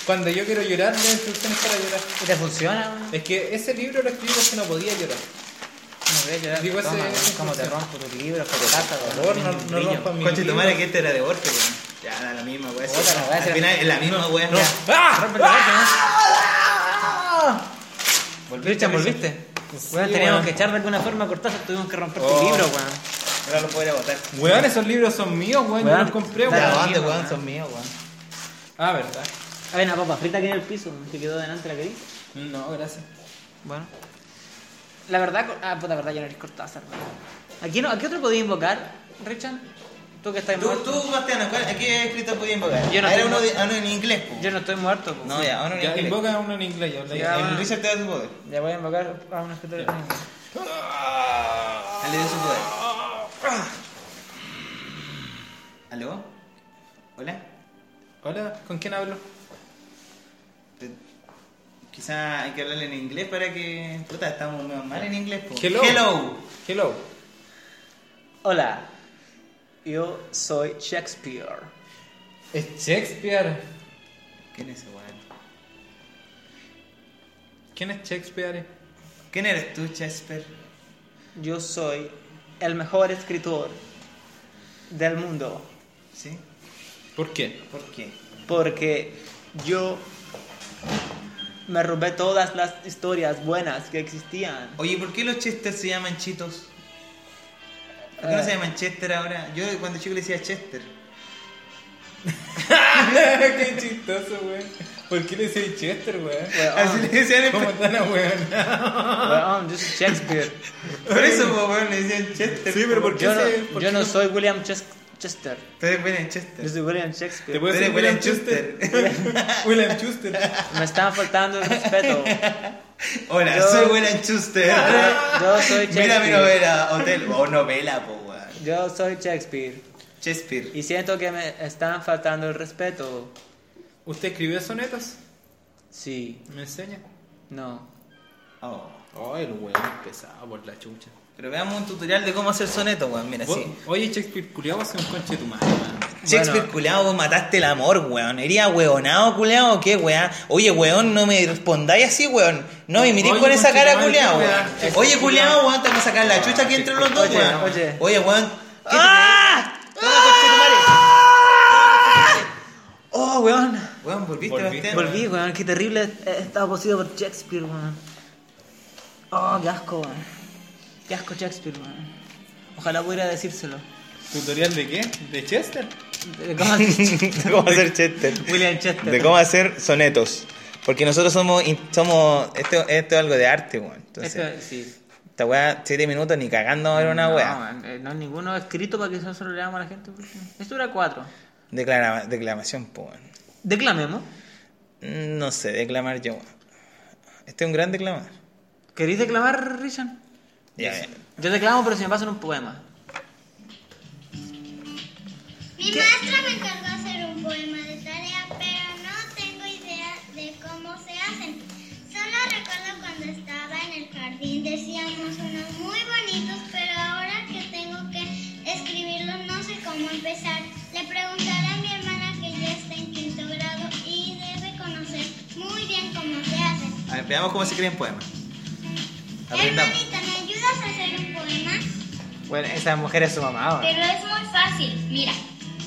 [SPEAKER 3] cuando yo quiero llorar, leo instrucciones para llorar.
[SPEAKER 1] ¿Y te funciona? weón?
[SPEAKER 3] Es que ese libro lo escribí porque no podía llorar.
[SPEAKER 1] No voy a llorar.
[SPEAKER 3] Digo,
[SPEAKER 1] Toma,
[SPEAKER 3] ese-
[SPEAKER 1] weón, cómo te rompo tus libros, Cortázar,
[SPEAKER 3] Por favor, no,
[SPEAKER 1] weón.
[SPEAKER 3] no
[SPEAKER 1] Brillo.
[SPEAKER 3] rompan mi
[SPEAKER 4] Conche tu
[SPEAKER 3] libro.
[SPEAKER 4] madre, que este era de Borges, weón. Ya, da la misma, weón.
[SPEAKER 1] Puta, la weá,
[SPEAKER 4] Al
[SPEAKER 1] si la-
[SPEAKER 4] final es la misma, weón. Ya.
[SPEAKER 3] ¡Ah!
[SPEAKER 1] Rompe la
[SPEAKER 3] ¡Ah!
[SPEAKER 1] verga, ¿no?
[SPEAKER 4] Volviste,
[SPEAKER 1] Richard,
[SPEAKER 4] Richard.
[SPEAKER 1] volviste.
[SPEAKER 3] Sí,
[SPEAKER 1] Weón, teníamos
[SPEAKER 3] weón.
[SPEAKER 1] que echar de alguna forma a Cortázar, tuvimos que romper
[SPEAKER 3] Oh.
[SPEAKER 1] tu libro, weón.
[SPEAKER 4] Ahora lo puedo ir a votar.
[SPEAKER 3] Weón, esos libros son míos, weón. Yo
[SPEAKER 1] Weón,
[SPEAKER 3] los compré,
[SPEAKER 1] da la
[SPEAKER 3] weón.
[SPEAKER 1] mierda.
[SPEAKER 4] ¿Dónde,
[SPEAKER 1] misma,
[SPEAKER 4] weón?
[SPEAKER 1] weón.
[SPEAKER 4] Son míos, weón.
[SPEAKER 3] Ah, verdad.
[SPEAKER 1] Hay una papa frita que en el piso, se quedó delante la que dice.
[SPEAKER 3] No, gracias.
[SPEAKER 1] Bueno. La verdad, co- ah, puta verdad, yo no eres Cortázar, weón. ¿A quién, ¿A qué otro podías invocar, Richard? Tú que estás
[SPEAKER 4] Tú,
[SPEAKER 1] muerto.
[SPEAKER 4] tú, Bastián, ¿cuál- ¿a qué escritor podía invocar?
[SPEAKER 1] Yo no
[SPEAKER 4] Ah, era
[SPEAKER 1] tengo-
[SPEAKER 4] uno, de- ah, no, en inglés, po.
[SPEAKER 1] Yo no estoy muerto, po.
[SPEAKER 4] No, ya, uno en
[SPEAKER 3] Ya, ah.
[SPEAKER 4] inglés.
[SPEAKER 3] invoca uno Ah, en inglés, ya
[SPEAKER 1] Ya,
[SPEAKER 3] habla.
[SPEAKER 1] bueno.
[SPEAKER 4] El Richard te da su poder.
[SPEAKER 1] Ya voy a invocar a un escritor.
[SPEAKER 4] Él le dio su poder. ¿Aló? ¿Hola?
[SPEAKER 3] Hola, ¿con quién hablo?
[SPEAKER 4] Te- Quizá hay que hablarle en inglés para que. Puta, estamos medio mal en inglés, po.
[SPEAKER 3] Hello.
[SPEAKER 4] Hello.
[SPEAKER 3] Hello.
[SPEAKER 1] Hola. Yo soy Shakespeare.
[SPEAKER 3] Es Shakespeare.
[SPEAKER 4] ¿Quién es ese weón?
[SPEAKER 3] ¿Quién es Shakespeare?
[SPEAKER 4] ¿Quién eres tú, Chesper?
[SPEAKER 1] Yo soy el mejor escritor del mundo.
[SPEAKER 4] ¿Sí?
[SPEAKER 3] ¿Por qué?
[SPEAKER 4] ¿Por qué?
[SPEAKER 1] Porque yo me robé todas las historias buenas que existían.
[SPEAKER 4] Oye, ¿por qué los Chester se llaman Chitos? ¿Por qué no
[SPEAKER 1] Eh.
[SPEAKER 4] se llaman Chester ahora? Yo cuando chico le decía Chester.
[SPEAKER 3] qué chistoso, weón. ¿Por qué le decís Chester, weón?
[SPEAKER 4] Así
[SPEAKER 1] Weón,
[SPEAKER 4] le decían en
[SPEAKER 3] ¿Cómo están, weón?
[SPEAKER 1] weón, yo soy Shakespeare.
[SPEAKER 4] Por eso, po, weón, le decían Chester.
[SPEAKER 3] Sí, pero ¿por qué
[SPEAKER 1] Yo no,
[SPEAKER 3] se- por
[SPEAKER 1] yo
[SPEAKER 3] qué
[SPEAKER 1] no
[SPEAKER 3] no-
[SPEAKER 1] soy William Ches- Chester.
[SPEAKER 4] Ustedes ven en
[SPEAKER 1] Yo
[SPEAKER 4] Chester.
[SPEAKER 1] soy William
[SPEAKER 3] ¿Te
[SPEAKER 1] Shakespeare.
[SPEAKER 3] puedo decir
[SPEAKER 4] Eres
[SPEAKER 3] William
[SPEAKER 4] William
[SPEAKER 3] Chuster? William Chuster.
[SPEAKER 1] Me están faltando el respeto.
[SPEAKER 4] Hola,
[SPEAKER 1] Yo- Ah,
[SPEAKER 4] soy William Chester.
[SPEAKER 1] Yo soy
[SPEAKER 4] Mira mi
[SPEAKER 1] Shakespeare.
[SPEAKER 4] novela, hotel. O novela, po, weón.
[SPEAKER 1] Yo soy Shakespeare.
[SPEAKER 4] Shakespeare.
[SPEAKER 1] Y siento que me están faltando el respeto.
[SPEAKER 3] ¿Usted escribió sonetas?
[SPEAKER 1] Sí,
[SPEAKER 3] ¿Me enseña?
[SPEAKER 1] no.
[SPEAKER 4] Oh.
[SPEAKER 3] Oh, el weón pesado por la chucha.
[SPEAKER 4] Pero veamos un tutorial de cómo hacer soneto, weón. Mira, sí.
[SPEAKER 3] Oye, Shakespeare, culiado, hace un conche tu madre, weón.
[SPEAKER 4] Shakespeare,
[SPEAKER 1] Bueno.
[SPEAKER 4] culeado, vos mataste el amor, weón. ¿Ería weonado, culeado, o qué, weón? Oye, weón, no me respondáis así, weón. No me miréis
[SPEAKER 3] Oye,
[SPEAKER 4] con esa cara,
[SPEAKER 3] conchetumare,
[SPEAKER 4] culeado,
[SPEAKER 3] qué
[SPEAKER 4] weón.
[SPEAKER 3] weón. Shakespeare,
[SPEAKER 4] Oye, culeado,
[SPEAKER 3] culeado.
[SPEAKER 4] weón, te vamos a sacar la chucha aquí entre los dos,
[SPEAKER 1] Este Oye,
[SPEAKER 4] weón.
[SPEAKER 1] oye.
[SPEAKER 4] Oye, weón. ¿qué te
[SPEAKER 1] ¡Ah!
[SPEAKER 4] crees? Toma, conchetumare.
[SPEAKER 1] Oh, weón.
[SPEAKER 4] Weón, volviste,
[SPEAKER 3] Volví.
[SPEAKER 4] Bastián.
[SPEAKER 1] Volví, weón. Qué terrible estaba poseído por Shakespeare, weón. Oh, qué asco, weón. Qué asco Shakespeare, weón. Ojalá pudiera decírselo.
[SPEAKER 3] ¿Tutorial de qué? ¿De Chester?
[SPEAKER 1] De cómo hacer-
[SPEAKER 4] De cómo hacer Chester.
[SPEAKER 1] William Chester.
[SPEAKER 4] De cómo hacer sonetos. Porque nosotros somos. in- somos esto, esto es algo de arte, weón. Entonces,
[SPEAKER 1] Esto- sí.
[SPEAKER 4] esta weá, 7 minutos ni cagando era una
[SPEAKER 1] no,
[SPEAKER 4] weá.
[SPEAKER 1] weón, eh, no hay ninguno escrito para que nosotros leamos a la gente. weón. Esto era cuatro.
[SPEAKER 4] Declara- declamación, po, weón.
[SPEAKER 1] Declamemos.
[SPEAKER 4] No sé, declamar yo. Este es un gran declamar.
[SPEAKER 1] ¿Queréis declamar, Richard?
[SPEAKER 4] Ya, ya.
[SPEAKER 1] Yo declamo, pero si me pasan un poema.
[SPEAKER 8] Mi maestra me encargó hacer un poema de tarea, pero no tengo idea de cómo se hacen. Solo recuerdo cuando estaba en el jardín, decíamos unos muy bonitos, pero ahora que tengo que escribirlos no sé cómo empezar. Le preguntaré a mi hermana que ya está en quinto grado y debe conocer muy bien cómo se hacen.
[SPEAKER 4] A ver, veamos cómo se creen poemas. Aprendamos.
[SPEAKER 8] Hermanita, ¿me ayudas a hacer un poema?
[SPEAKER 1] Bueno, esa mujer es su mamá, weón.
[SPEAKER 8] Pero es muy fácil, mira.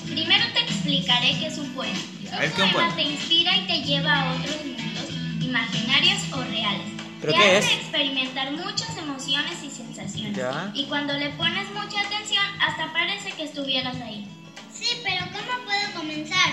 [SPEAKER 8] Primero te explicaré qué es un poema.
[SPEAKER 4] A ver,
[SPEAKER 8] Un
[SPEAKER 4] ¿qué es un
[SPEAKER 8] poema
[SPEAKER 4] poema?
[SPEAKER 8] te inspira y te lleva a otros mundos, imaginarios o reales.
[SPEAKER 1] ¿Pero
[SPEAKER 8] te
[SPEAKER 1] qué
[SPEAKER 8] hace
[SPEAKER 1] es?
[SPEAKER 8] experimentar muchas emociones y sensaciones.
[SPEAKER 1] Ya.
[SPEAKER 8] Y cuando le pones mucha atención, hasta parece que estuvieras ahí. Sí, pero ¿cómo puedo comenzar?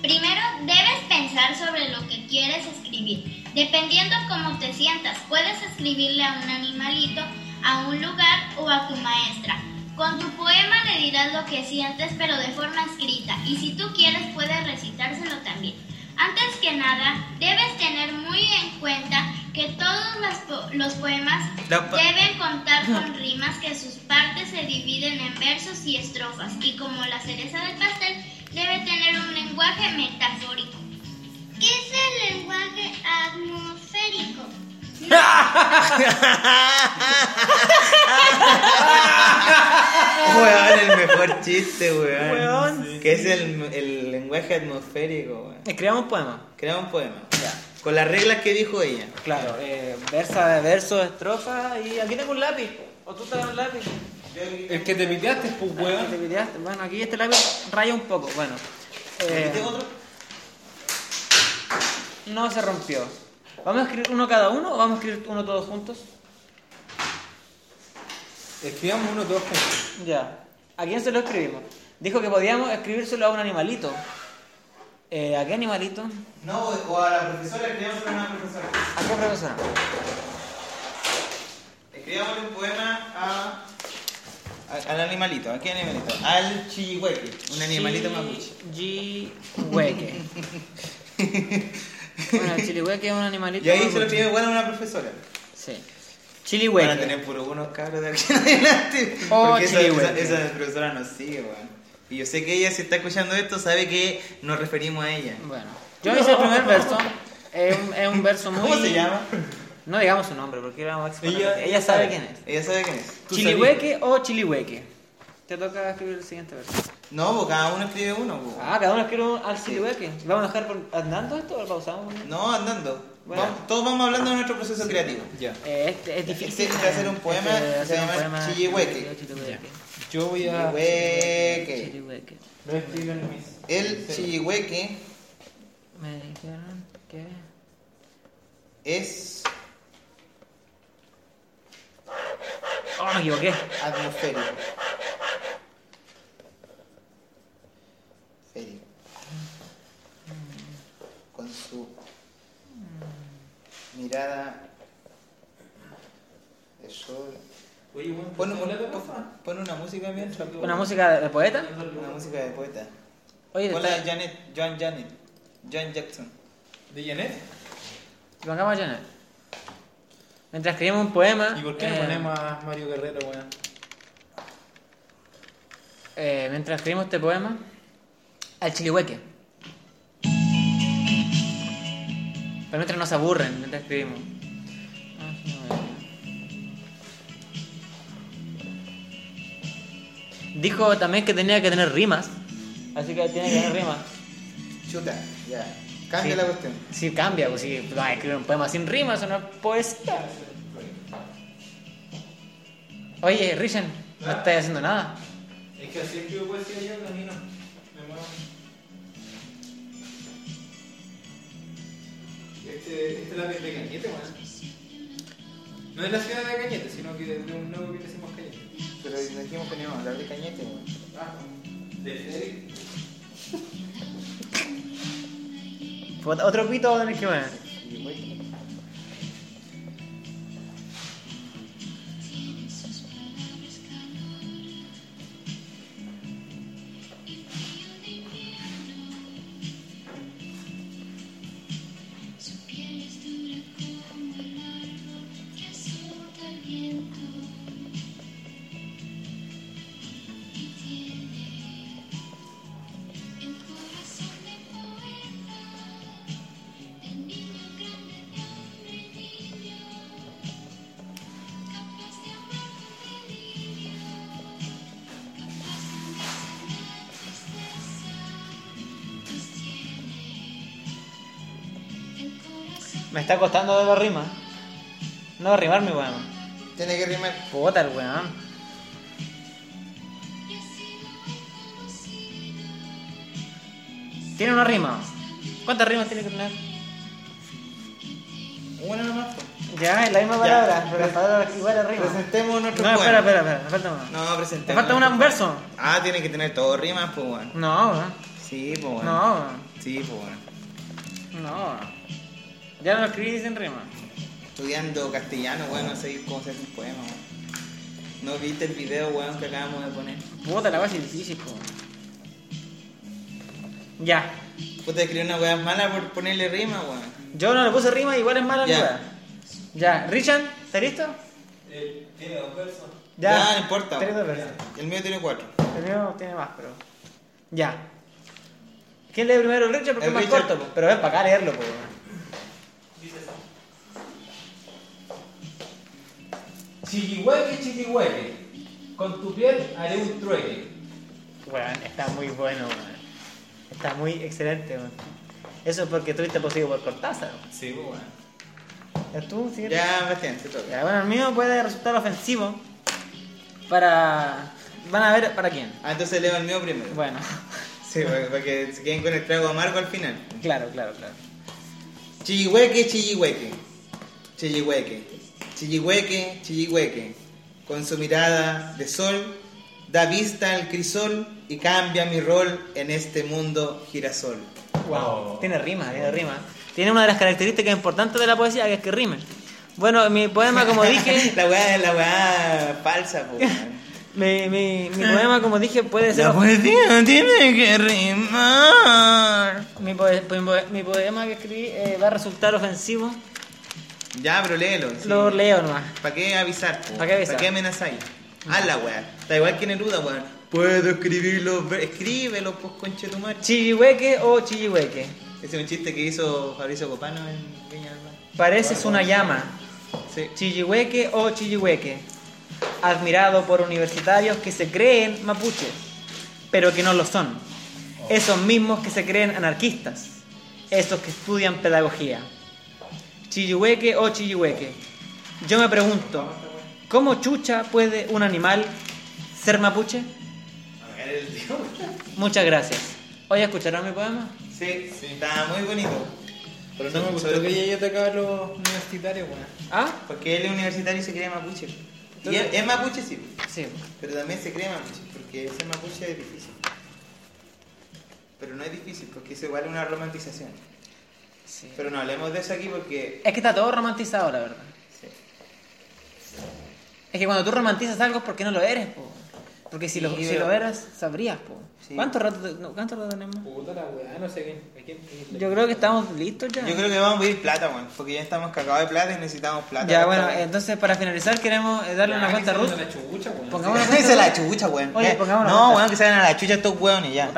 [SPEAKER 8] Primero debes pensar sobre lo que quieres escribir. Dependiendo cómo te sientas, puedes escribirle a un animalito, a un lugar o a tu maestra. Con tu poema le dirás lo que sientes, pero de forma escrita, y si tú quieres puedes recitárselo también. Antes que nada, debes tener muy en cuenta que todos las po- los poemas
[SPEAKER 4] La pa-
[SPEAKER 8] deben contar con rimas que sus partes se dividen en versos y estrofas y como la cereza del pastel debe tener un lenguaje metafórico. ¿Qué es el lenguaje atmosférico?
[SPEAKER 4] Weón, el mejor chiste, weón.
[SPEAKER 1] Weón.
[SPEAKER 4] Sí. Que es el, el lenguaje atmosférico, weón.
[SPEAKER 1] Escribamos un poema.
[SPEAKER 4] Crea un poema. Con las reglas que dijo ella.
[SPEAKER 1] Claro, eh, versa, verso, estrofa y aquí tengo un lápiz. O tú traes un lápiz.
[SPEAKER 3] El que te piteaste, pues,
[SPEAKER 1] Ah, te
[SPEAKER 3] weón.
[SPEAKER 1] pillaste. Bueno, aquí este lápiz raya un poco. Bueno, eh,
[SPEAKER 4] ¿Tengo otro?
[SPEAKER 1] no se rompió. ¿Vamos a escribir uno cada uno o vamos a escribir uno todos juntos?
[SPEAKER 3] Escribamos uno, dos, juntos.
[SPEAKER 1] Ya. ¿A quién se lo escribimos? Dijo que podíamos escribírselo a un animalito. Eh, ¿A qué animalito?
[SPEAKER 4] No, o a la profesora, escribamos a una profesora.
[SPEAKER 1] ¿A qué profesora?
[SPEAKER 4] Escribamos un poema a. a- Al animalito, ¿a qué animalito? Al chillihueque, un animalito mapuche.
[SPEAKER 1] Chilihueque. bueno, el chilihueque es un animalito.
[SPEAKER 4] Y ahí se
[SPEAKER 1] mapuche.
[SPEAKER 4] lo escribe igual a una profesora.
[SPEAKER 1] Sí.
[SPEAKER 4] Van a
[SPEAKER 1] Chilihueque.
[SPEAKER 4] tener puro unos cabros de aquí en adelante.
[SPEAKER 1] Oh,
[SPEAKER 4] porque esa, esa,
[SPEAKER 1] chilihueque.
[SPEAKER 4] esa profesora nos sigue, weón. Y yo sé que ella, si está escuchando esto, sabe que nos referimos a ella.
[SPEAKER 1] Bueno, yo hice el primer verso. Es un, es un verso muy.
[SPEAKER 4] ¿Cómo se llama?
[SPEAKER 1] No digamos su nombre porque la vamos a exponer.
[SPEAKER 4] Ella-
[SPEAKER 1] Ella, sabe quién es.
[SPEAKER 4] Ella sabe quién es.
[SPEAKER 1] ¿Chilihueque o Chilihueque? Te toca escribir el siguiente verso.
[SPEAKER 4] No, pues cada uno escribe uno, pues.
[SPEAKER 1] Ah, cada uno escribe un al silueque. ¿Vamos a dejar por- andando esto o pausamos?
[SPEAKER 4] No, andando.
[SPEAKER 1] Bueno.
[SPEAKER 4] Vamos- todos vamos hablando de nuestro proceso creativo.
[SPEAKER 3] Ya.
[SPEAKER 1] Eh, este- es difícil.
[SPEAKER 4] Este, de hacer un
[SPEAKER 1] eh,
[SPEAKER 4] poema
[SPEAKER 1] este, de
[SPEAKER 4] que
[SPEAKER 1] hacer
[SPEAKER 4] se
[SPEAKER 1] un
[SPEAKER 4] llama
[SPEAKER 1] poema-
[SPEAKER 4] Chilihueque.
[SPEAKER 1] Chilihueque.
[SPEAKER 3] Yo voy a.
[SPEAKER 4] Chilihueque.
[SPEAKER 1] Chilihueque.
[SPEAKER 3] Lo escribo en mis.
[SPEAKER 4] El chilihueque
[SPEAKER 1] Me dijeron que.
[SPEAKER 4] es
[SPEAKER 1] Oh, me equivoqué.
[SPEAKER 4] atmosférico. Férico. Con su mirada de sol.
[SPEAKER 3] Oye, bueno,
[SPEAKER 4] Pon, un- pon- pon una música mientras.
[SPEAKER 1] ¿Una música de poeta?
[SPEAKER 4] Una música de poeta.
[SPEAKER 1] Oye,
[SPEAKER 4] Pon la de
[SPEAKER 1] está-
[SPEAKER 4] Janet, Joan Janet. Joan Jackson.
[SPEAKER 3] ¿De Janet?
[SPEAKER 1] lo acabamos de llenar. Mientras escribimos un poema.
[SPEAKER 3] ¿Y por qué no
[SPEAKER 1] eh,
[SPEAKER 3] ponemos a Mario Guerrero, weón?
[SPEAKER 1] eh, mientras escribimos este poema. Al chilihueque. Pero mientras nos aburren, mientras escribimos. Ah, no, eh. Dijo también que tenía que tener rimas. Así que tiene que tener rimas.
[SPEAKER 4] Chuta, ya. Cambia
[SPEAKER 1] Sí.
[SPEAKER 4] la cuestión.
[SPEAKER 1] Sí, cambia, pues sí, vas a escribir un poema sin rimas, una poesía. Oye, Rishan, no estás haciendo nada.
[SPEAKER 3] Es que así escribo poesía yo, camino. Me muevo. Este, esta es la de Cañete, weón. No es la ciudad de Cañete, sino que de un nuevo que le hicimos Cañete.
[SPEAKER 4] Pero dijimos que no íbamos a hablar de cañete, weón.
[SPEAKER 3] Ah, de Federico.
[SPEAKER 1] Otro pito va a tener que poner.
[SPEAKER 4] Y, güey,
[SPEAKER 1] Me está costando de la rima. No va a rimar mi weón.
[SPEAKER 4] Tiene que rimar.
[SPEAKER 1] Puta el weón. Tiene una rima. ¿Cuántas rimas tiene que tener?
[SPEAKER 4] Una nomás. pues.
[SPEAKER 1] Ya, es la misma palabra, pero las palabras igual a rima.
[SPEAKER 4] Presentemos
[SPEAKER 1] No,
[SPEAKER 4] nuestro
[SPEAKER 1] espera,
[SPEAKER 4] poema.
[SPEAKER 1] espera, espera, me falta una.
[SPEAKER 4] No, presentemos.
[SPEAKER 1] ¿Te falta una, un
[SPEAKER 4] nuestro
[SPEAKER 1] verso?
[SPEAKER 4] poema. Ah, tiene que tener todo rimas, pues, weón.
[SPEAKER 1] No, weón.
[SPEAKER 4] Sí, pues, weón.
[SPEAKER 1] No, weón.
[SPEAKER 4] Sí, pues, weón.
[SPEAKER 1] No. weón. Ya lo escribí sin rima.
[SPEAKER 4] Estudiando castellano, weón, no sé cómo se hace un poema, weón. ¿No viste el video, weón, que acabamos de poner?
[SPEAKER 1] Puta, la base difícil, po. Ya.
[SPEAKER 4] Puta, escribir Pues una weá mala por ponerle rima, weón.
[SPEAKER 1] Yo no le puse rima, igual es mala
[SPEAKER 4] Ya.
[SPEAKER 1] nueva. Ya. Richard, ¿estás listo?
[SPEAKER 3] Eh, Tiene dos versos.
[SPEAKER 4] Ya, no importa.
[SPEAKER 1] Tres dos versos.
[SPEAKER 4] El mío tiene cuatro.
[SPEAKER 1] El mío tiene más, pero. Ya. ¿Quién lee primero el Richard? Porque
[SPEAKER 4] El
[SPEAKER 1] es más
[SPEAKER 4] Richard.
[SPEAKER 1] corto, po. pero ven para acá a leerlo, po.
[SPEAKER 3] Chiquihueque, chiquihueque, con tu piel haré un trueque.
[SPEAKER 1] Weón, está muy bueno, weón. Está muy excelente, weón. Eso es porque tuviste posible por Cortázar. weón.
[SPEAKER 3] Sí, pues, bueno.
[SPEAKER 1] ¿Ya tú? Sí,
[SPEAKER 4] Ya, Bastián, te toca.
[SPEAKER 1] Ya, bueno, el mío puede resultar ofensivo para... Van a ver para quién.
[SPEAKER 4] Ah, entonces leo el mío primero.
[SPEAKER 1] Bueno,
[SPEAKER 4] Sí, para, para que se queden con el trago amargo al final.
[SPEAKER 1] claro, claro, claro.
[SPEAKER 4] Chillihueque, chillihueque. Chillihueque. Chillihueque, chillihueque. Con su mirada de sol, da vista al crisol y cambia mi rol en este mundo girasol.
[SPEAKER 1] Wow.
[SPEAKER 3] Oh.
[SPEAKER 1] Tiene rima, tiene rima. Tiene una de las características importantes de la poesía, que es que rime. Bueno, mi poema, como dije,
[SPEAKER 4] la weá es la weá falsa, po. weón.
[SPEAKER 1] mi, mi- mi poema, como dije, puede ser...
[SPEAKER 4] poesía tiene que rimar.
[SPEAKER 1] Mi, poe- poe- mi poema que escribí eh, va a resultar ofensivo.
[SPEAKER 4] Ya, pero léelo. sí.
[SPEAKER 1] Lo leo nomás.
[SPEAKER 4] ¿Para qué avisar? po?
[SPEAKER 1] ¿Pa' qué avisar?
[SPEAKER 4] ¿Pa' qué amenazáis? Haz la weá. Da igual que Neruda, weón. Puedo escribirlo, pero escríbelo, pues, conchetumar.
[SPEAKER 1] Chillihueque o chillihueque.
[SPEAKER 4] Ese es un chiste que hizo Fabricio Copano en Viña del Mar.
[SPEAKER 1] Pareces una llama.
[SPEAKER 4] Sí.
[SPEAKER 1] Chillihueque o chillihueque. admirado por universitarios que se creen mapuches, pero que no lo son. Esos mismos que se creen anarquistas, esos que estudian pedagogía. Chillihueque o chillihueque. Yo me pregunto, ¿cómo chucha puede un animal ser mapuche? Muchas gracias. ¿Hoy escucharán mi poema?
[SPEAKER 4] Sí, está muy bonito.
[SPEAKER 3] Pero no me gustó que ella te acaba los universitarios, weón.
[SPEAKER 1] ¿Ah?
[SPEAKER 4] Porque él es universitario y se cree mapuche. Y
[SPEAKER 1] Entonces-
[SPEAKER 4] es, es mapuche, sí,
[SPEAKER 1] Sí.
[SPEAKER 4] pero también se cree mapuche, porque ser mapuche es difícil. Pero no es difícil, porque eso igual es una romantización.
[SPEAKER 1] sí.
[SPEAKER 4] Pero no hablemos de eso aquí porque.
[SPEAKER 1] Es que está todo romantizado, la verdad.
[SPEAKER 4] sí.
[SPEAKER 1] Es que cuando tú romantizas algo es porque no lo eres, po. Porque si, lo,
[SPEAKER 4] Sí,
[SPEAKER 1] si
[SPEAKER 4] pero-
[SPEAKER 1] lo eras, sabrías, po.
[SPEAKER 4] Sí.
[SPEAKER 1] ¿Cuánto, rato, te- no, ¿Cuánto rato tenemos?
[SPEAKER 3] Puta la weá, no sé quién. ¿a quién pedirle?
[SPEAKER 1] Yo creo que estamos listos ya.
[SPEAKER 4] Yo creo que vamos a pedir plata, weón, porque ya estamos cagados de plata y necesitamos plata.
[SPEAKER 1] Ya,
[SPEAKER 4] Esta
[SPEAKER 1] bueno, eh,
[SPEAKER 4] weá.
[SPEAKER 1] entonces para finalizar queremos eh, darle
[SPEAKER 3] Ya,
[SPEAKER 1] una
[SPEAKER 3] Ah, que
[SPEAKER 1] cuenta
[SPEAKER 3] se
[SPEAKER 1] rusa.
[SPEAKER 3] manda la chucha, weón.
[SPEAKER 1] Pongamos una
[SPEAKER 4] Dice
[SPEAKER 1] cuenta
[SPEAKER 4] la
[SPEAKER 1] rusa.
[SPEAKER 4] chucha, weón.
[SPEAKER 1] Oye,
[SPEAKER 4] Eh,
[SPEAKER 1] pongamos la
[SPEAKER 4] No,
[SPEAKER 1] cuenta.
[SPEAKER 4] weón, que se vayan a la chucha estos weones ya.